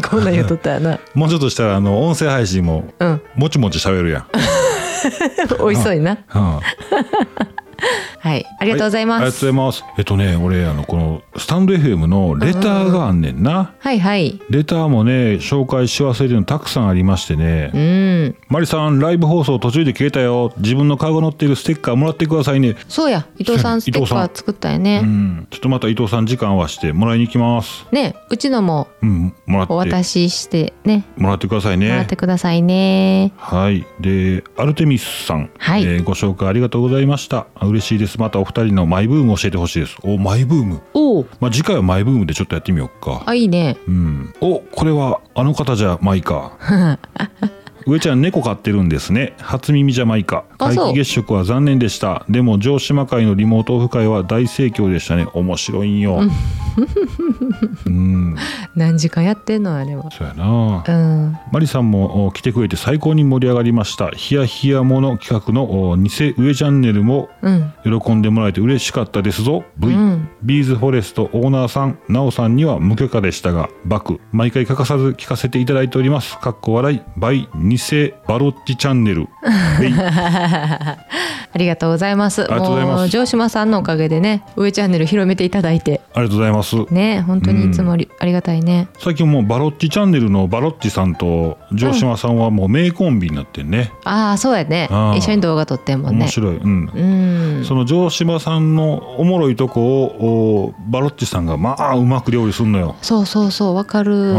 Speaker 1: こんなん言うとったらな
Speaker 2: もうちょっとしたら、あの、音声配信も
Speaker 1: うん
Speaker 2: もちもち喋るやん。
Speaker 1: 美味しそうにな
Speaker 2: うん
Speaker 1: はい、ありがとうござい
Speaker 2: はあ
Speaker 1: ま
Speaker 2: りが
Speaker 1: す。
Speaker 2: とうございます。えっとね、俺、あの、この、スタンド FM のレターがあんねんな。
Speaker 1: はい、はい、
Speaker 2: レターもね、紹介し忘れてるのたくさんありましてね。
Speaker 1: うん、
Speaker 2: マリさん、ライブ放送途中で消えたよ。自分のカゴ乗ってるステッカーもらってくださいね。
Speaker 1: そうや、伊藤さんス
Speaker 2: 伊
Speaker 1: テ
Speaker 2: 藤
Speaker 1: ッ
Speaker 2: さ
Speaker 1: カ
Speaker 2: ん
Speaker 1: ー作ったよ
Speaker 2: う
Speaker 1: ね。
Speaker 2: ん。ちょっとまた伊藤さん時間はしてもらいに行きます。
Speaker 1: ね、うちのも
Speaker 2: うん。もらって。
Speaker 1: お渡ししてね、
Speaker 2: もらってください
Speaker 1: もら
Speaker 2: ね
Speaker 1: って。くださいね。
Speaker 2: はい。で、アルテミスさん。
Speaker 1: はい
Speaker 2: えーご紹介ありがとうございました。あ嬉しいです。またお二人のマイブーム教えてほしいです。お、マイブーム。
Speaker 1: おお、
Speaker 2: まあ、次回はマイブームでちょっとやってみようか。
Speaker 1: あ、いいね。
Speaker 2: うん、おこれはあの方じゃマイか 上ちゃん猫飼ってるんですね初耳じゃマイか
Speaker 1: あ
Speaker 2: 皆
Speaker 1: そう
Speaker 2: 既月食は残念でしたでも城島会のリモートオフ会は大盛況でしたね面白いんようん
Speaker 1: 何時間やってんの、あれは。
Speaker 2: そうやな
Speaker 1: うん、
Speaker 2: マリさんもお来てくれて最高に盛り上がりましたヒヤヒヤもの企画のお偽上チャンネルも
Speaker 1: うん、
Speaker 2: 喜んでもらえて嬉しかったですぞ V、
Speaker 1: うん
Speaker 2: ビーズフォレストオーナーさんナオさんには無許可でしたがバク毎回欠かさず聞かせていただいておりますかっこ笑い by 偽バロッチチャンネルベイ
Speaker 1: ありがとうございます。
Speaker 2: りがとうございます
Speaker 1: もう城島さんのおかげでね、上チャンネル広めていただいて。
Speaker 2: ありがとうございます
Speaker 1: ね、本当にいつもあり,、ありがたいね。
Speaker 2: 最近もうバロッチチャンネルのバロッチさんと城島さんはもう名コンビになってんね、
Speaker 1: ああ、そうやね
Speaker 2: あ。ー
Speaker 1: 一緒に動画撮ってんもん
Speaker 2: 面
Speaker 1: ね。
Speaker 2: 白い、うん
Speaker 1: うん。
Speaker 2: その城島さんのおもろいとこをおバロッチさんがまあうまく料理すんのよ
Speaker 1: そうそうそう、わかる。うん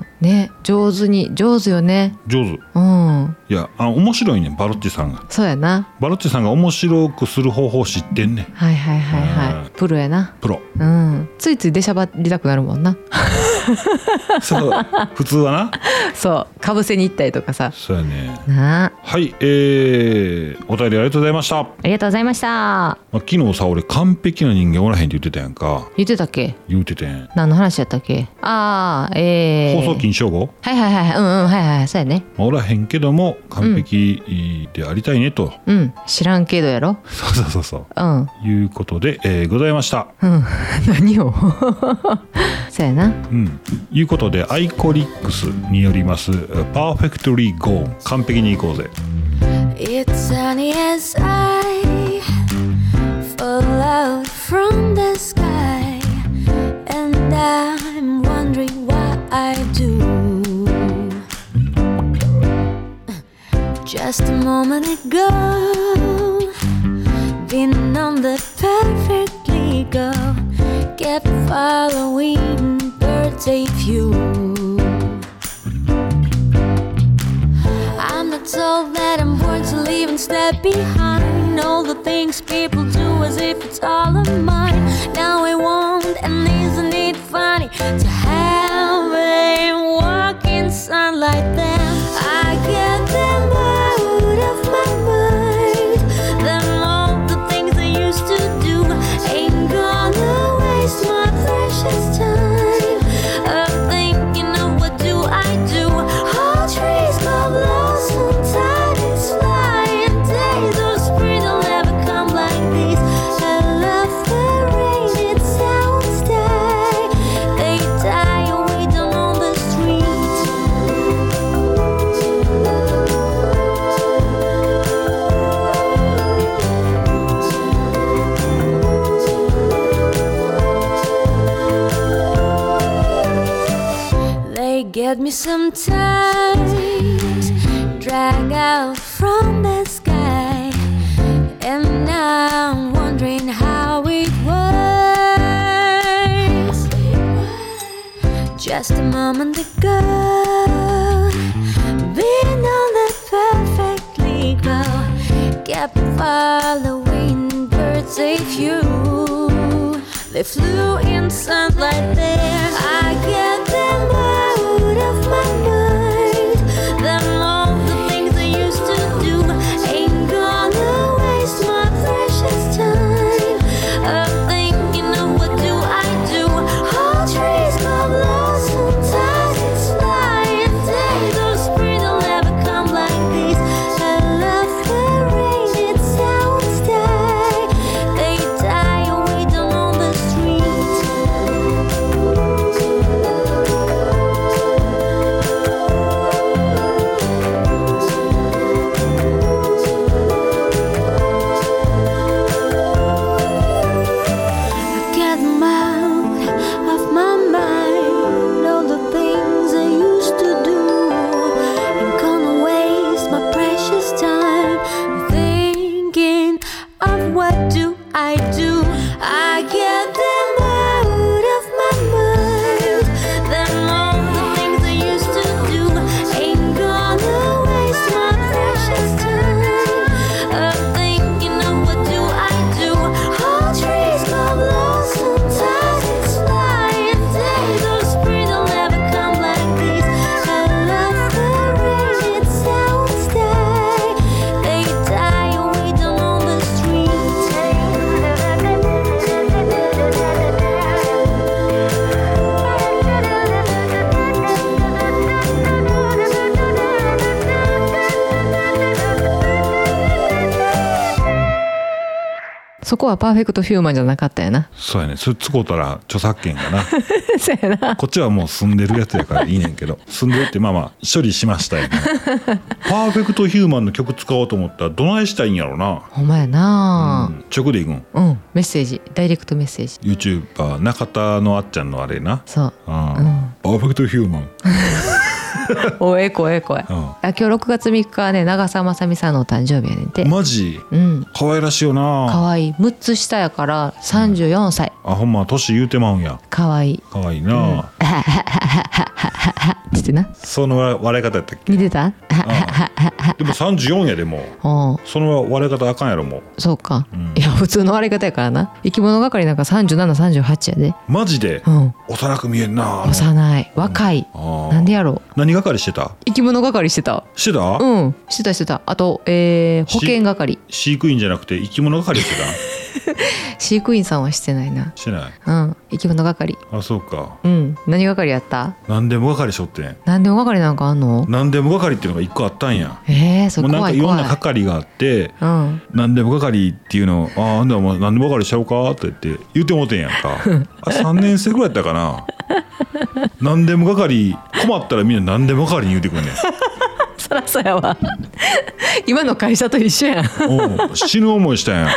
Speaker 1: ん、ね、上手に、上手よね。
Speaker 2: 上手
Speaker 1: うん。
Speaker 2: いやあ面白いねバロッチさんが
Speaker 1: そうやな。
Speaker 2: バロッチさんが面白くする方法知ってんね
Speaker 1: はいはいはいは
Speaker 2: うん
Speaker 1: い。プロやな。
Speaker 2: プロ
Speaker 1: うん。ついつい出しゃばりたくなるもんな。
Speaker 2: そう普通はな
Speaker 1: そう、かぶせに行ったりとかさ。
Speaker 2: そうやね
Speaker 1: なあ。
Speaker 2: はいえー、お便りありがとうございました、ま
Speaker 1: ありがとうございました。
Speaker 2: あ、昨日さ俺完璧な人間おらへんって言ってたやんか
Speaker 1: 言ってたっけ
Speaker 2: 言うててん、
Speaker 1: 何の話やったっけああ、えー。
Speaker 2: 放送禁止用語、
Speaker 1: はいはいはいはい。うんうん、はいはいはい。そうやね。
Speaker 2: まあ、おらへんけども完璧でありたいねと、
Speaker 1: うん。知らんけどやろ。
Speaker 2: そうそうそうそう
Speaker 1: うん。
Speaker 2: いうことで、えーございました
Speaker 1: うん、 何を そうやな
Speaker 2: うんいうことでアイコリックスによります「パーフェクトリーゴー完璧にいこうぜ
Speaker 3: It's sunny as I fall out from the sky, and I'm wondering what I do. Just a moment ago, been on the perfectly go, kept following birthday view. I'm not told that I'm born to leave and step behind all the things people do as if it's all of mine. Now I want, and isn't it funny to have a walk in sunlight? Then I get them out of my mind. Then all the things I used to do ain't gonna waste my precious time. I'm thinking of what do I do? All trees go blossom, time is flying. Days of spring will never come like this. I love the rain, it sounds die. They die away down on the street. They get me sometimes, drag out from the sky, and now I'm wondering how it was. Just a moment ago, been on the perfectly go, kept following birds if you. They flew in sunlight there. I get them out of my mind. Them all the things I used to do ain't gonna waste my precious time. I'm thinking of what do I do? All trees go blossom, time is flying. Days of spring will never come like this. I love the rain, it sounds die. They die away down on the street.
Speaker 1: そこはパーフェクトヒューマンじゃなかったよな
Speaker 2: そうやねそれ使うたら著作権がな
Speaker 1: そうやな
Speaker 2: こっちはもう住んでるやつやからいいねんけど住んでるってまあまあ処理しましたよ、ね、パーフェクトヒューマンの曲使おうと思ったらどないしたいんやろな、
Speaker 1: ほんまや
Speaker 2: う、
Speaker 1: なん
Speaker 2: 直でいくん
Speaker 1: うん、メッセージダイレクトメッセージ
Speaker 2: YouTuber 中田のあっちゃんのあれな
Speaker 1: そう
Speaker 2: うんパーフェクトヒューマン
Speaker 1: おえこえこえ、
Speaker 2: うん
Speaker 1: あ今日6月3日はね長澤まさみさんのお誕生日やねんて、
Speaker 2: マジ
Speaker 1: うん
Speaker 2: 可愛らしいよ
Speaker 1: か
Speaker 2: な
Speaker 1: わいい6つ下やから34歳
Speaker 2: あほんま年言うてまうんや
Speaker 1: かわいい
Speaker 2: 可愛いな、
Speaker 1: つってな
Speaker 2: その笑い方やったっけ
Speaker 1: 似てた
Speaker 2: でも34やでもう
Speaker 1: うん
Speaker 2: その笑い方あかんやろもう
Speaker 1: そうか、
Speaker 2: ん
Speaker 1: いや普通の割り方やからな生き物係なんか3738やで
Speaker 2: マジで
Speaker 1: うん
Speaker 2: 幼く見えんなあの
Speaker 1: 幼い若い、
Speaker 2: ああ
Speaker 1: なんでやろう
Speaker 2: 何係してた
Speaker 1: 生き物係してた
Speaker 2: してた、
Speaker 1: うんしてたしてたあと、えー、
Speaker 2: し
Speaker 1: 保健係
Speaker 2: 飼育員じゃなくて生き物係し てた
Speaker 1: 飼育員さんはしてないな
Speaker 2: してない
Speaker 1: うん生き物係
Speaker 2: あそうか
Speaker 1: うん何係やった
Speaker 2: 何でも係しょってん
Speaker 1: 何でも係なんかあんの
Speaker 2: 何でも係っていうのが一個あったんや
Speaker 1: えー、そ
Speaker 2: も
Speaker 1: れ
Speaker 2: うなん
Speaker 1: 怖
Speaker 2: か
Speaker 1: い
Speaker 2: いろん
Speaker 1: 怖い
Speaker 2: な係があって
Speaker 1: うん
Speaker 2: 何でも係っていうのをあああんたも何でも係しちゃおうかって言って言うてもうてんやん かあ3年生ぐらいやったかな何でも係困ったらみんな何でも係に言うてくんねん
Speaker 1: そらそやわ 今の会社と一緒やん
Speaker 2: おう死ぬ思いしたんや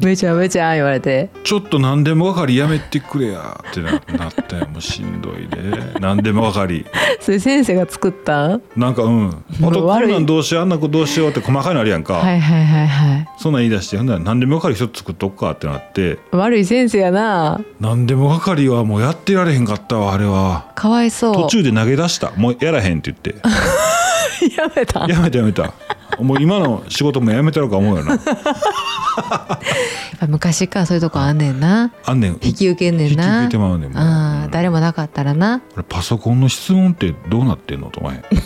Speaker 1: めちゃめちゃ言われて
Speaker 2: ちょっと何でも係やめてくれやってななったんやもうしんどいね何でも 係
Speaker 1: それ先生が作ったん
Speaker 2: なんかうんあ
Speaker 1: もう
Speaker 2: とこ
Speaker 1: 悪い
Speaker 2: んなんどうしようあんな子どうしようって細かいのあるやんか、
Speaker 1: はいはいはいはい
Speaker 2: そんなん言い出してほんなら何でも係一つ作っとくかってなって
Speaker 1: 悪い先生やな
Speaker 2: 何でも係はもうやってられへんかったわあれは
Speaker 1: かわいそう
Speaker 2: 途中で投げ出したもうやらへんって 言って
Speaker 1: やめたや
Speaker 2: やめたやめたもう今の仕事もやめたろうか思うよな
Speaker 1: っぱ昔からそういうとこあんねんな
Speaker 2: あんねん
Speaker 1: 引き受けんねんな
Speaker 2: 引き受けてまうねんもう
Speaker 1: ああ
Speaker 2: うん
Speaker 1: 誰もなかったらな
Speaker 2: これパソコンの質問ってどうなってんのと前、うん、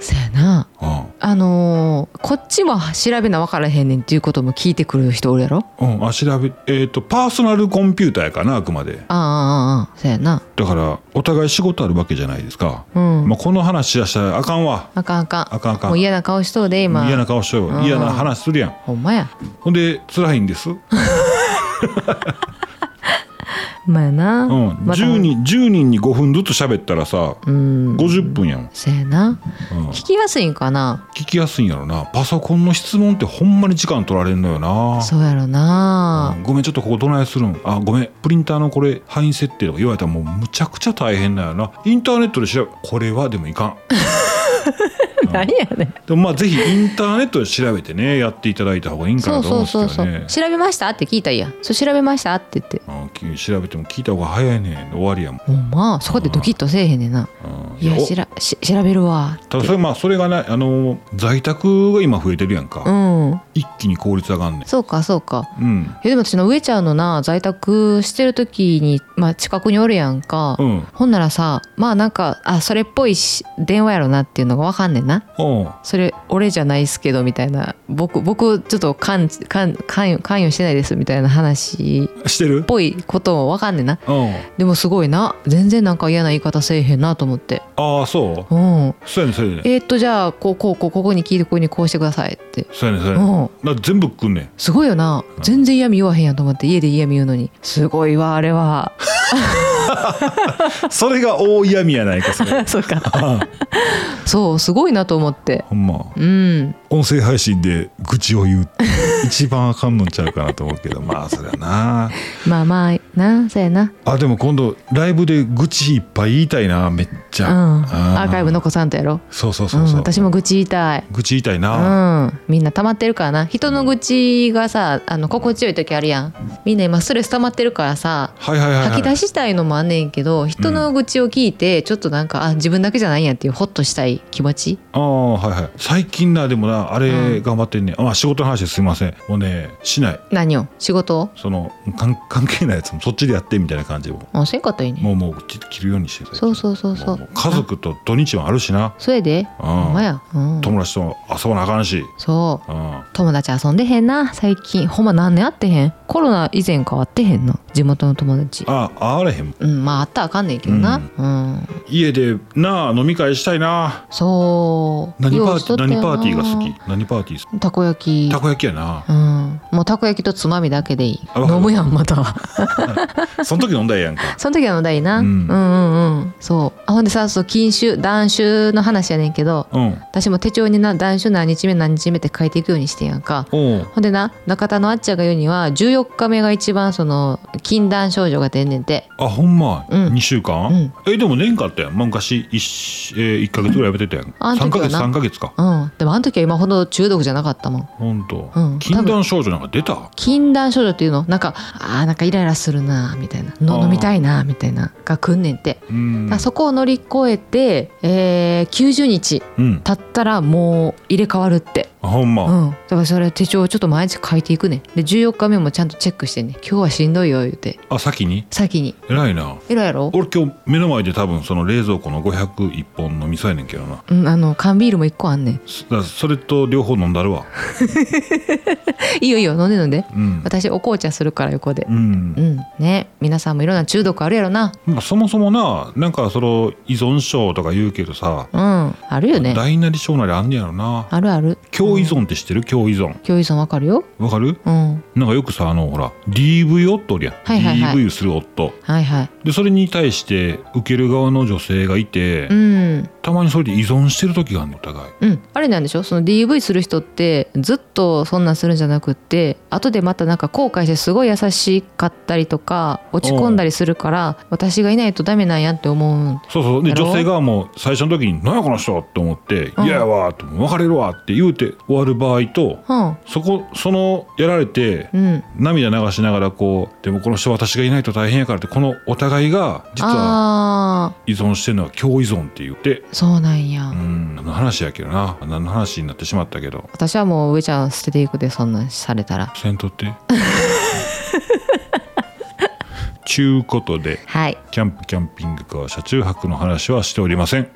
Speaker 1: そやな
Speaker 2: あ
Speaker 1: あのーこっちも調べな分からへんねんっていうことも聞いてくる人おるやろ
Speaker 2: うん、あ調べえっ、とパーソナルコンピューターやからなあくまで
Speaker 1: ああああああそやな
Speaker 2: だからお互い仕事あるわけじゃないですか、
Speaker 1: うん
Speaker 2: まあ、この話しだしたらあかんわ
Speaker 1: あかんあかん
Speaker 2: あかんあかん
Speaker 1: もう嫌な顔しとうで今
Speaker 2: 嫌な顔しよう
Speaker 1: う
Speaker 2: よ
Speaker 1: ん
Speaker 2: 嫌な話するやん
Speaker 1: ほんまや
Speaker 2: ほんで辛い んです、うん、
Speaker 1: ほんまやな、また
Speaker 2: 10人10人に5分ずつ喋ったらさ
Speaker 1: うん
Speaker 2: 50分やん、
Speaker 1: そやな
Speaker 2: うん
Speaker 1: 聞きやすいんかな
Speaker 2: 聞きやすいんやろなパソコンの質問ってほんまに時間取られんのよな
Speaker 1: そうやろな
Speaker 2: うんごめんちょっとここどないするんあごめんプリンターのこれ範囲設定とか言われたらもうむちゃくちゃ大変だよなインターネットで調べこれはでもいかん
Speaker 1: 何やねん
Speaker 2: でもまあぜひインターネットで調べてねやっていただいた方がいいんか
Speaker 1: そ
Speaker 2: な
Speaker 1: う
Speaker 2: と思
Speaker 1: そううん
Speaker 2: ですけ
Speaker 1: そうそ
Speaker 2: ど
Speaker 1: う、
Speaker 2: ね。
Speaker 1: 調べましたって聞いたらいいやんそう調べましたって言って
Speaker 2: うんき調べても聞いた方が早いねん終わりやも
Speaker 1: ほんまそこでドキッとせえへんねんな、
Speaker 2: ん。うん
Speaker 1: いや
Speaker 2: お
Speaker 1: しらし調べるわ
Speaker 2: ただそれまあそれがねあの在宅が今増えてるやんか、
Speaker 1: うん
Speaker 2: 一気に効率上がんねん。
Speaker 1: そうかそうか
Speaker 2: うん
Speaker 1: いやでも私の上ちゃんのな在宅してる時に、まあ、近くにおるやんか、
Speaker 2: うん
Speaker 1: ほんならさまあなんかあそれっぽいし電話やろなっていうのがわかんねんな
Speaker 2: おう
Speaker 1: それ俺じゃないっすけどみたいな僕僕ちょっと関関関与関与してないですみたいな話っ
Speaker 2: してる
Speaker 1: ぽいこともわかんねんな
Speaker 2: うん
Speaker 1: でもすごいな全然なんか嫌な言い方せえへんなと思って
Speaker 2: ああそう
Speaker 1: うん
Speaker 2: そうやねんそうやねん
Speaker 1: えーっとじゃあこうこうこうここに聞いてここにこうしてくださいって
Speaker 2: そうやねんそうやねん
Speaker 1: うん
Speaker 2: だから全部くんねん
Speaker 1: すごいよな全然嫌味言わへんやんと思って家で嫌味言うのにすごいわあれは
Speaker 2: それが大嫌味やないか そ れ
Speaker 1: そうか
Speaker 2: あ
Speaker 1: そうすごいなと思って
Speaker 2: ほんま
Speaker 1: うん
Speaker 2: 音声配信で愚痴を言うって一番あかんのんちゃうかなと思うけどまあそれはな
Speaker 1: まあまあなそうやな
Speaker 2: あでも今度ライブで愚痴いっぱい言いたいなめっ
Speaker 1: う
Speaker 2: ち
Speaker 1: ん
Speaker 2: ゃ、
Speaker 1: アーカイブ残さんとやろ
Speaker 2: そうそう
Speaker 1: う
Speaker 2: そうそう、
Speaker 1: ん、私も愚痴言いたい
Speaker 2: 愚痴言いたいうな、
Speaker 1: んみんな溜まってるからな人の愚痴がさあの心地よい時あるやんみんな今ストレス溜まってるからさ
Speaker 2: はいはいはい、はい、
Speaker 1: 吐き出したいのもあんねんけど人の愚痴を聞いてちょっとなんか、あ自分だけじゃないんやっていうホッとしたい気持ち
Speaker 2: ああはいはい最近なでもなあ
Speaker 1: う
Speaker 2: れ
Speaker 1: ん
Speaker 2: 頑張ってんね、あ仕事の話ですいませんもうねしない
Speaker 1: 何を仕事を
Speaker 2: その関関係ないやつもそっちでやってみたいな感じでも
Speaker 1: あせんかったらいいね
Speaker 2: もうもう切切るようにしてる
Speaker 1: そうそうそうそ
Speaker 2: も
Speaker 1: う
Speaker 2: も家族と土日もあるしな、
Speaker 1: それで
Speaker 2: うん
Speaker 1: ほんまや、うん、
Speaker 2: 友達とも遊ばなあかんし、
Speaker 1: そう
Speaker 2: うん、
Speaker 1: 友達遊んでへんな最近ほんま何年会ってへんコロナ以前変わってへんな地元の友達
Speaker 2: あ会われへん
Speaker 1: うんまああったらあかんねんけどなうん、
Speaker 2: 家でなあ飲み会したいな
Speaker 1: そう
Speaker 2: 何パ
Speaker 1: 用
Speaker 2: ー
Speaker 1: 意し
Speaker 2: テ
Speaker 1: と
Speaker 2: ィ
Speaker 1: った
Speaker 2: ー
Speaker 1: よな
Speaker 2: 何パーティーが好き何パーティー
Speaker 1: たこ焼き
Speaker 2: たこ焼きやな
Speaker 1: うんもうたこ焼きとつまみだけでいい
Speaker 2: あわかる
Speaker 1: 飲むやんまた
Speaker 2: その時飲んだらええやんか
Speaker 1: その時は飲んだらいいな、う
Speaker 2: う
Speaker 1: んん、うんうんそうあほんでさそう禁酒断酒の話やねんけど
Speaker 2: うん
Speaker 1: 私も手帳にな断酒何日目何日目って書いていくようにしてんやんか
Speaker 2: おう
Speaker 1: ほんでな中田のあっちゃんが言うには14日目が一番その禁断症状が出んねんて
Speaker 2: あほんま、
Speaker 1: うん
Speaker 2: 2週間、
Speaker 1: うん
Speaker 2: えでも年間あったやん、まあ、昔 1,、えー、一ヶ月ぐらいやめてたやん
Speaker 1: あん時
Speaker 2: 3ヶ
Speaker 1: は
Speaker 2: 月
Speaker 1: な
Speaker 2: 3ヶ月か
Speaker 1: うんでもあの時は今ほど中毒じゃなかったもん
Speaker 2: ほんと、
Speaker 1: うん
Speaker 2: 禁断症状なんか出た
Speaker 1: 禁断症状っていうのなんかあーなんかイライラするなみたいな
Speaker 2: あー
Speaker 1: の飲みたいなみたいなが来んねんて、
Speaker 2: うん
Speaker 1: だからそこを乗り越えて、えー90日
Speaker 2: うん
Speaker 1: 経ったらもう入れ替わるって、
Speaker 2: あほんま、
Speaker 1: うん、だからそれ手帳をちょっと毎日書いていくねんで14日目もちゃんとチェックしてね「今日はしんどいよ」言うて
Speaker 2: あ先に
Speaker 1: 先に
Speaker 2: 偉いな
Speaker 1: 「いろやろ?」
Speaker 2: 俺今日目の前で多分その冷蔵庫の501本飲みそうやねんけどな
Speaker 1: うん、あの缶ビールも1個あんねん
Speaker 2: だからそれと両方飲んだるわ
Speaker 1: いいよいいよ飲んで飲んで
Speaker 2: うん、
Speaker 1: 私お紅茶するから横で
Speaker 2: うん
Speaker 1: うんね皆さんもいろんな中毒あるやろな
Speaker 2: まあ、そもそもななんかその依存症とか言うけどさ、
Speaker 1: うんあるよね
Speaker 2: 大なり小なりあんねやろな
Speaker 1: あるある
Speaker 2: 強依存って知ってる強依存
Speaker 1: 教依存わかるよ
Speaker 2: わかる
Speaker 1: うん
Speaker 2: なんかよくさあのほら DV 夫おるやん、
Speaker 1: はいはいはい
Speaker 2: DV する夫
Speaker 1: はいはい
Speaker 2: でそれに対して受ける側の女性がいて、
Speaker 1: うん
Speaker 2: たまにそれで依存してる時があるのお互い
Speaker 1: うん、あれなんでしょその DV する人ってずっとそんなんするんじゃなくって後でまたなんか後悔してすごい優しかったりとか落ち込んだりするから私がいないとダメなんやって思う
Speaker 2: そうそうで
Speaker 1: やろ
Speaker 2: 女性側も最初の時に「何やこの人!」って思って「
Speaker 1: うん
Speaker 2: 嫌やわ」って「別れるわ」って言うて終わる場合と
Speaker 1: うん
Speaker 2: そこそのやられて
Speaker 1: うん
Speaker 2: 涙流しながらこう「でもこの人私がいないと大変やから」ってこのお互いが実は
Speaker 1: あ
Speaker 2: 依存してるのは共依存って言って
Speaker 1: ーそうなんや、
Speaker 2: うん何の話やけどな何の話になってしまったけど
Speaker 1: 私はもう上ちゃん捨てていくでそんなんされたら
Speaker 2: せんとってちゅうことで
Speaker 1: はい
Speaker 2: キャンプキャンピングカー車中泊の話はしており ません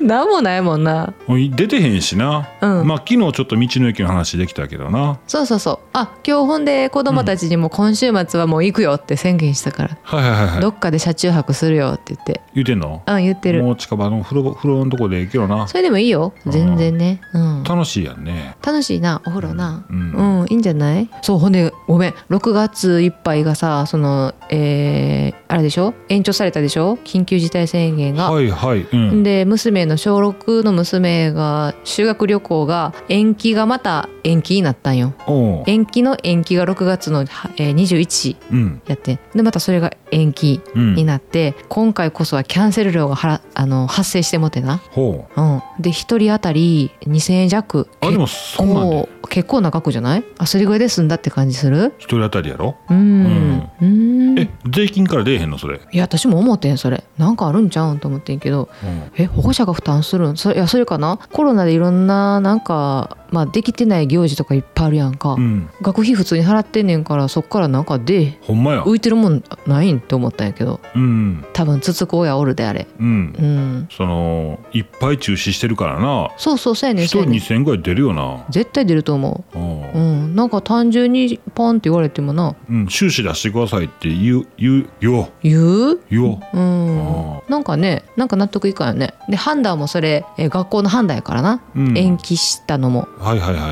Speaker 1: なんもないもんな
Speaker 2: もう出てへんしな、
Speaker 1: うん
Speaker 2: まあ昨日ちょっと道の駅の話できたけどな
Speaker 1: そうそうそうあ今日ほんで子供たちにも今週末はもう行くよって宣言したから、
Speaker 2: はいはいはいは
Speaker 1: ど
Speaker 2: い
Speaker 1: っかで車中泊するよって言って
Speaker 2: 言うてんの
Speaker 1: うん言ってる
Speaker 2: もう近場の風呂風呂のとこで行けどな
Speaker 1: それでもいいよ全然ねうん
Speaker 2: 楽しいやんね
Speaker 1: 楽しいなお風呂な
Speaker 2: う
Speaker 1: うんん、いいんじゃないそうほんでごめん6月いっぱいがさそのえーあれでしょ延長されたでしょ緊急事態宣言が、
Speaker 2: はいはいうん
Speaker 1: で娘の小6の娘が修学旅行が延期がまた延期になったんよ
Speaker 2: おう
Speaker 1: 延期の延期が6月の、はえー、21
Speaker 2: うん
Speaker 1: やってでまたそれが延期
Speaker 2: うん
Speaker 1: になって、今回こそはキャンセル料がはらあの発生してもてな
Speaker 2: ほ
Speaker 1: うん、で一人当たり2,000円弱
Speaker 2: うあでもそんなんで
Speaker 1: こう結構な額じゃないあそれぐらいで済んだって感じする
Speaker 2: 一人当たりやろ
Speaker 1: うんうん
Speaker 2: え税金から出えへんのそれ、
Speaker 1: いや私も思ってんそれなんかあるんちゃうんと思ってんけど
Speaker 2: うん
Speaker 1: え保護者が負担するんそれいやそれかなコロナでいろんななんか、まあ、できてない行事とかいっぱいあるやんか、
Speaker 2: うん、
Speaker 1: 学費普通に払ってんねんからそっからなんかで
Speaker 2: ほんまや
Speaker 1: 浮いてるもんないんって思ったんやけど
Speaker 2: うん
Speaker 1: 多分つつこうやおるであれ
Speaker 2: うん
Speaker 1: うん
Speaker 2: そのいっぱい中止してるからな
Speaker 1: そうそうそうやねん
Speaker 2: 一
Speaker 1: そう
Speaker 2: 人
Speaker 1: やねん
Speaker 2: 2,000円ぐらい出るよな
Speaker 1: 絶対出ると思
Speaker 2: う
Speaker 1: ううんんなんか単純にポンって言われてもな
Speaker 2: うん収支出してくださいって言う言う言おう
Speaker 1: 言う
Speaker 2: 言おう
Speaker 1: うん
Speaker 2: あ、
Speaker 1: なんかねなんか納得いかんよねで判断もそれ、えー学校の判断やからな、
Speaker 2: うん
Speaker 1: 延期したのも
Speaker 2: はいはいはいは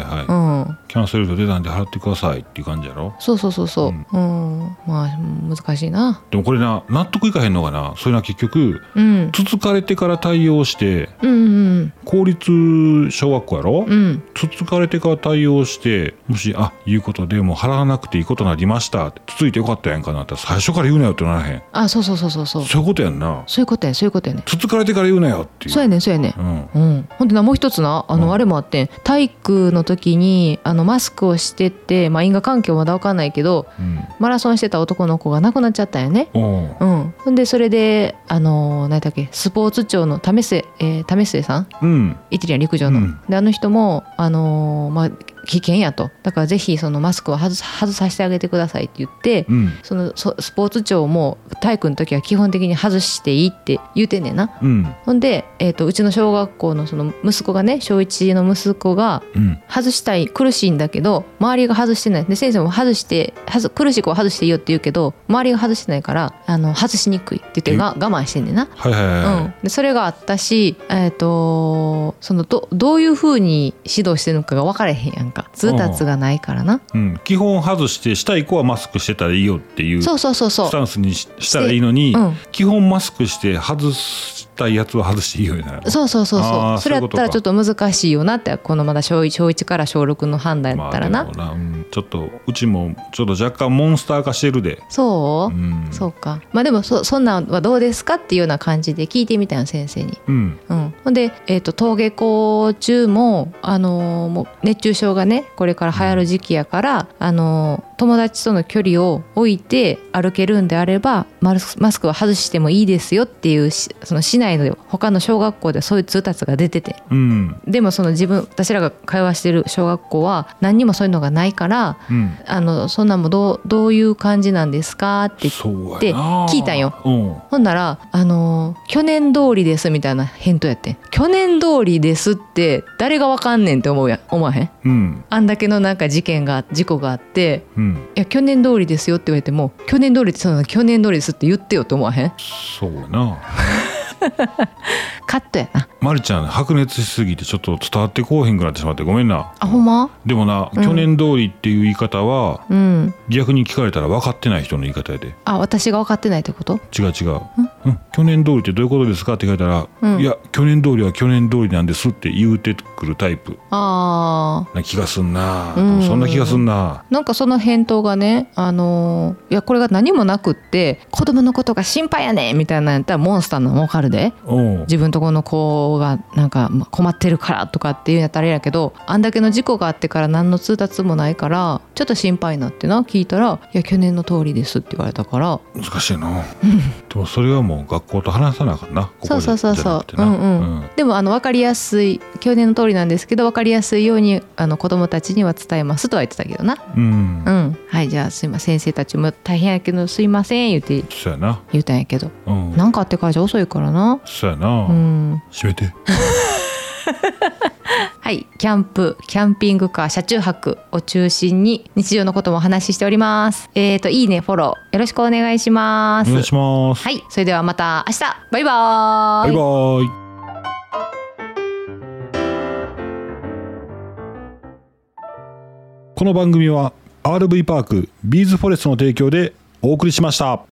Speaker 2: い、
Speaker 1: うん
Speaker 2: キャンセル料出たんで払ってくださいっていう感じやろ
Speaker 1: そうそうそうそううん、まあ難しいな
Speaker 2: でもこれな納得いかへんのかなそれな結局
Speaker 1: うん
Speaker 2: つつかれてから対応して
Speaker 1: うんうん
Speaker 2: 公立小学校やろ、
Speaker 1: うんうん
Speaker 2: つつかれてから対応してもしあいうことでもう払わなくていいことになりましたってつついてよかったやんかなって最初から言うなよってならへん
Speaker 1: あそうそうそうそうそう
Speaker 2: そういうことやんな
Speaker 1: そういうことやねそういうことやね
Speaker 2: つつかれてから言うなよっていう
Speaker 1: そうやねんそうやねん
Speaker 2: うん
Speaker 1: うん、ほんでなもう一つなあの、
Speaker 2: うん
Speaker 1: あれもあってん体育の時にあのマスクをしてて、まあ、因果関係はまだ分かんないけど
Speaker 2: うん
Speaker 1: マラソンしてた男の子が亡くなっちゃったんやね
Speaker 2: おう
Speaker 1: うん、ほんでそれであのー何だっけスポーツ庁の為末、えー為末さん
Speaker 2: うん
Speaker 1: イタリア陸上の、
Speaker 2: うん
Speaker 1: であの人もあのーまあ危険やとだからぜひそのマスクを外す外させてあげてくださいって言って、
Speaker 2: うん
Speaker 1: そのそスポーツ庁も体育の時は基本的に外していいって言うてんねんな
Speaker 2: うん
Speaker 1: ほんで、えー、とうちの小学校のその息子がね小1の息子が
Speaker 2: うん
Speaker 1: 外したい苦しいんだけど周りが外してないで先生も外して外苦しい子は外していいよって言うけど周りが外してないからあの外しにくいって言ってが我慢してんねんな。
Speaker 2: はいはいはい、
Speaker 1: うん、でそれがあったし、えー、とそのどどういうふうに指導してるのかが分かれへんやんか通達がないからな、
Speaker 2: うん、基本外してしたい子はマスクしてたらいいよっていう
Speaker 1: そうそうそうそう
Speaker 2: スタンスにししたらいいのに、
Speaker 1: うん
Speaker 2: 基本マスクして外したいやつは外していいようになる
Speaker 1: そうそうそうそ
Speaker 2: あー
Speaker 1: うそれやったら
Speaker 2: そ
Speaker 1: ち
Speaker 2: うい
Speaker 1: ょっ
Speaker 2: うこと
Speaker 1: 難しいよなってこのまだ小 1, 小一から小6の判断やったらな、
Speaker 2: まあでもうんちょっとうちもちょっと若干モンスター化してるで、
Speaker 1: そうう、
Speaker 2: ん、
Speaker 1: そうかまあでもそそんなんはどうですかっていうような感じで聞いてみたよ先生に。
Speaker 2: うん
Speaker 1: うん、ほんで、えー、と登下校中も,、あのーもう熱中症がねこれから流行る時期やから、あのー友達との距離を置いて歩けるんであればマスマスクは外してもいいですよっていうしその市内の他の小学校でそういう通達が出てて
Speaker 2: うん
Speaker 1: でもその自分私らが会話してる小学校は何にもそういうのがないから
Speaker 2: うん
Speaker 1: あのそんなんもどうどういう感じなんですかって
Speaker 2: そう
Speaker 1: で
Speaker 2: やな
Speaker 1: 聞いたんよ
Speaker 2: うん
Speaker 1: ほんなら、あのー去年通りですみたいな返答やってん去年通りですって誰がわかんねんって思うやん思わへん
Speaker 2: うん
Speaker 1: あんだけのなんか事件が事故があって
Speaker 2: うん
Speaker 1: いや去年通りですよって言われても去年通りってその去年通りですって言ってよって思わへん
Speaker 2: そうやな
Speaker 1: カットやな
Speaker 2: まるちゃん白熱しすぎてちょっと伝わってこうへんくなってしまってごめんな
Speaker 1: あほんま
Speaker 2: でもな、
Speaker 1: うん
Speaker 2: 去年通りっていう言い方は
Speaker 1: うん
Speaker 2: 逆に聞かれたら分かってない人の言い方やで
Speaker 1: あ私が分かってないってこと
Speaker 2: 違う違う、うん、去年通りってどういうことですかって聞かれたら、
Speaker 1: うん
Speaker 2: いや去年通りは去年通りなんですって言うてくるタイプ
Speaker 1: あー
Speaker 2: な気がすんな、
Speaker 1: うん
Speaker 2: そんな気がすんな、
Speaker 1: なんかその返答がね、あのーいやこれが何もなくって子供のことが心配やねんみたいなんやったらモンスターなのも分かるで
Speaker 2: うん、
Speaker 1: 自分とこの子がなんかまあ困ってるからとかっていうんやったらあれやけどあんだけの事故があってから何の通達もないからちょっと心配になってな聞いたら「いや去年の通りです」って言われたから
Speaker 2: 難しいなでもそれはもう学校と話さなあかんなここ
Speaker 1: そうそうそうそう
Speaker 2: じゃ
Speaker 1: う
Speaker 2: なく
Speaker 1: ん
Speaker 2: て
Speaker 1: う、
Speaker 2: なん
Speaker 1: でもあの分かりやすい去年の通りなんですけど分かりやすいようにあの子供たちには伝えますとは言ってたけどな
Speaker 2: うん、うん
Speaker 1: うんはいじゃあすいません先生たちも大変やけどすいません言って
Speaker 2: そうやな
Speaker 1: 言うたんやけど
Speaker 2: うん
Speaker 1: なんかあってからじゃ遅いからな
Speaker 2: そうやな、
Speaker 1: うん
Speaker 2: 閉めて
Speaker 1: はい、キャンプ、キャンピングカー、車中泊を中心に日常のこともお話ししております。えっ、といいね、フォローよろしくお願いしま
Speaker 2: お
Speaker 1: す。
Speaker 2: 願いします、
Speaker 1: はい、それではまた明日。バイバー
Speaker 2: バイバイこの番組は RV パークビーズフォレストの提供でお送りしました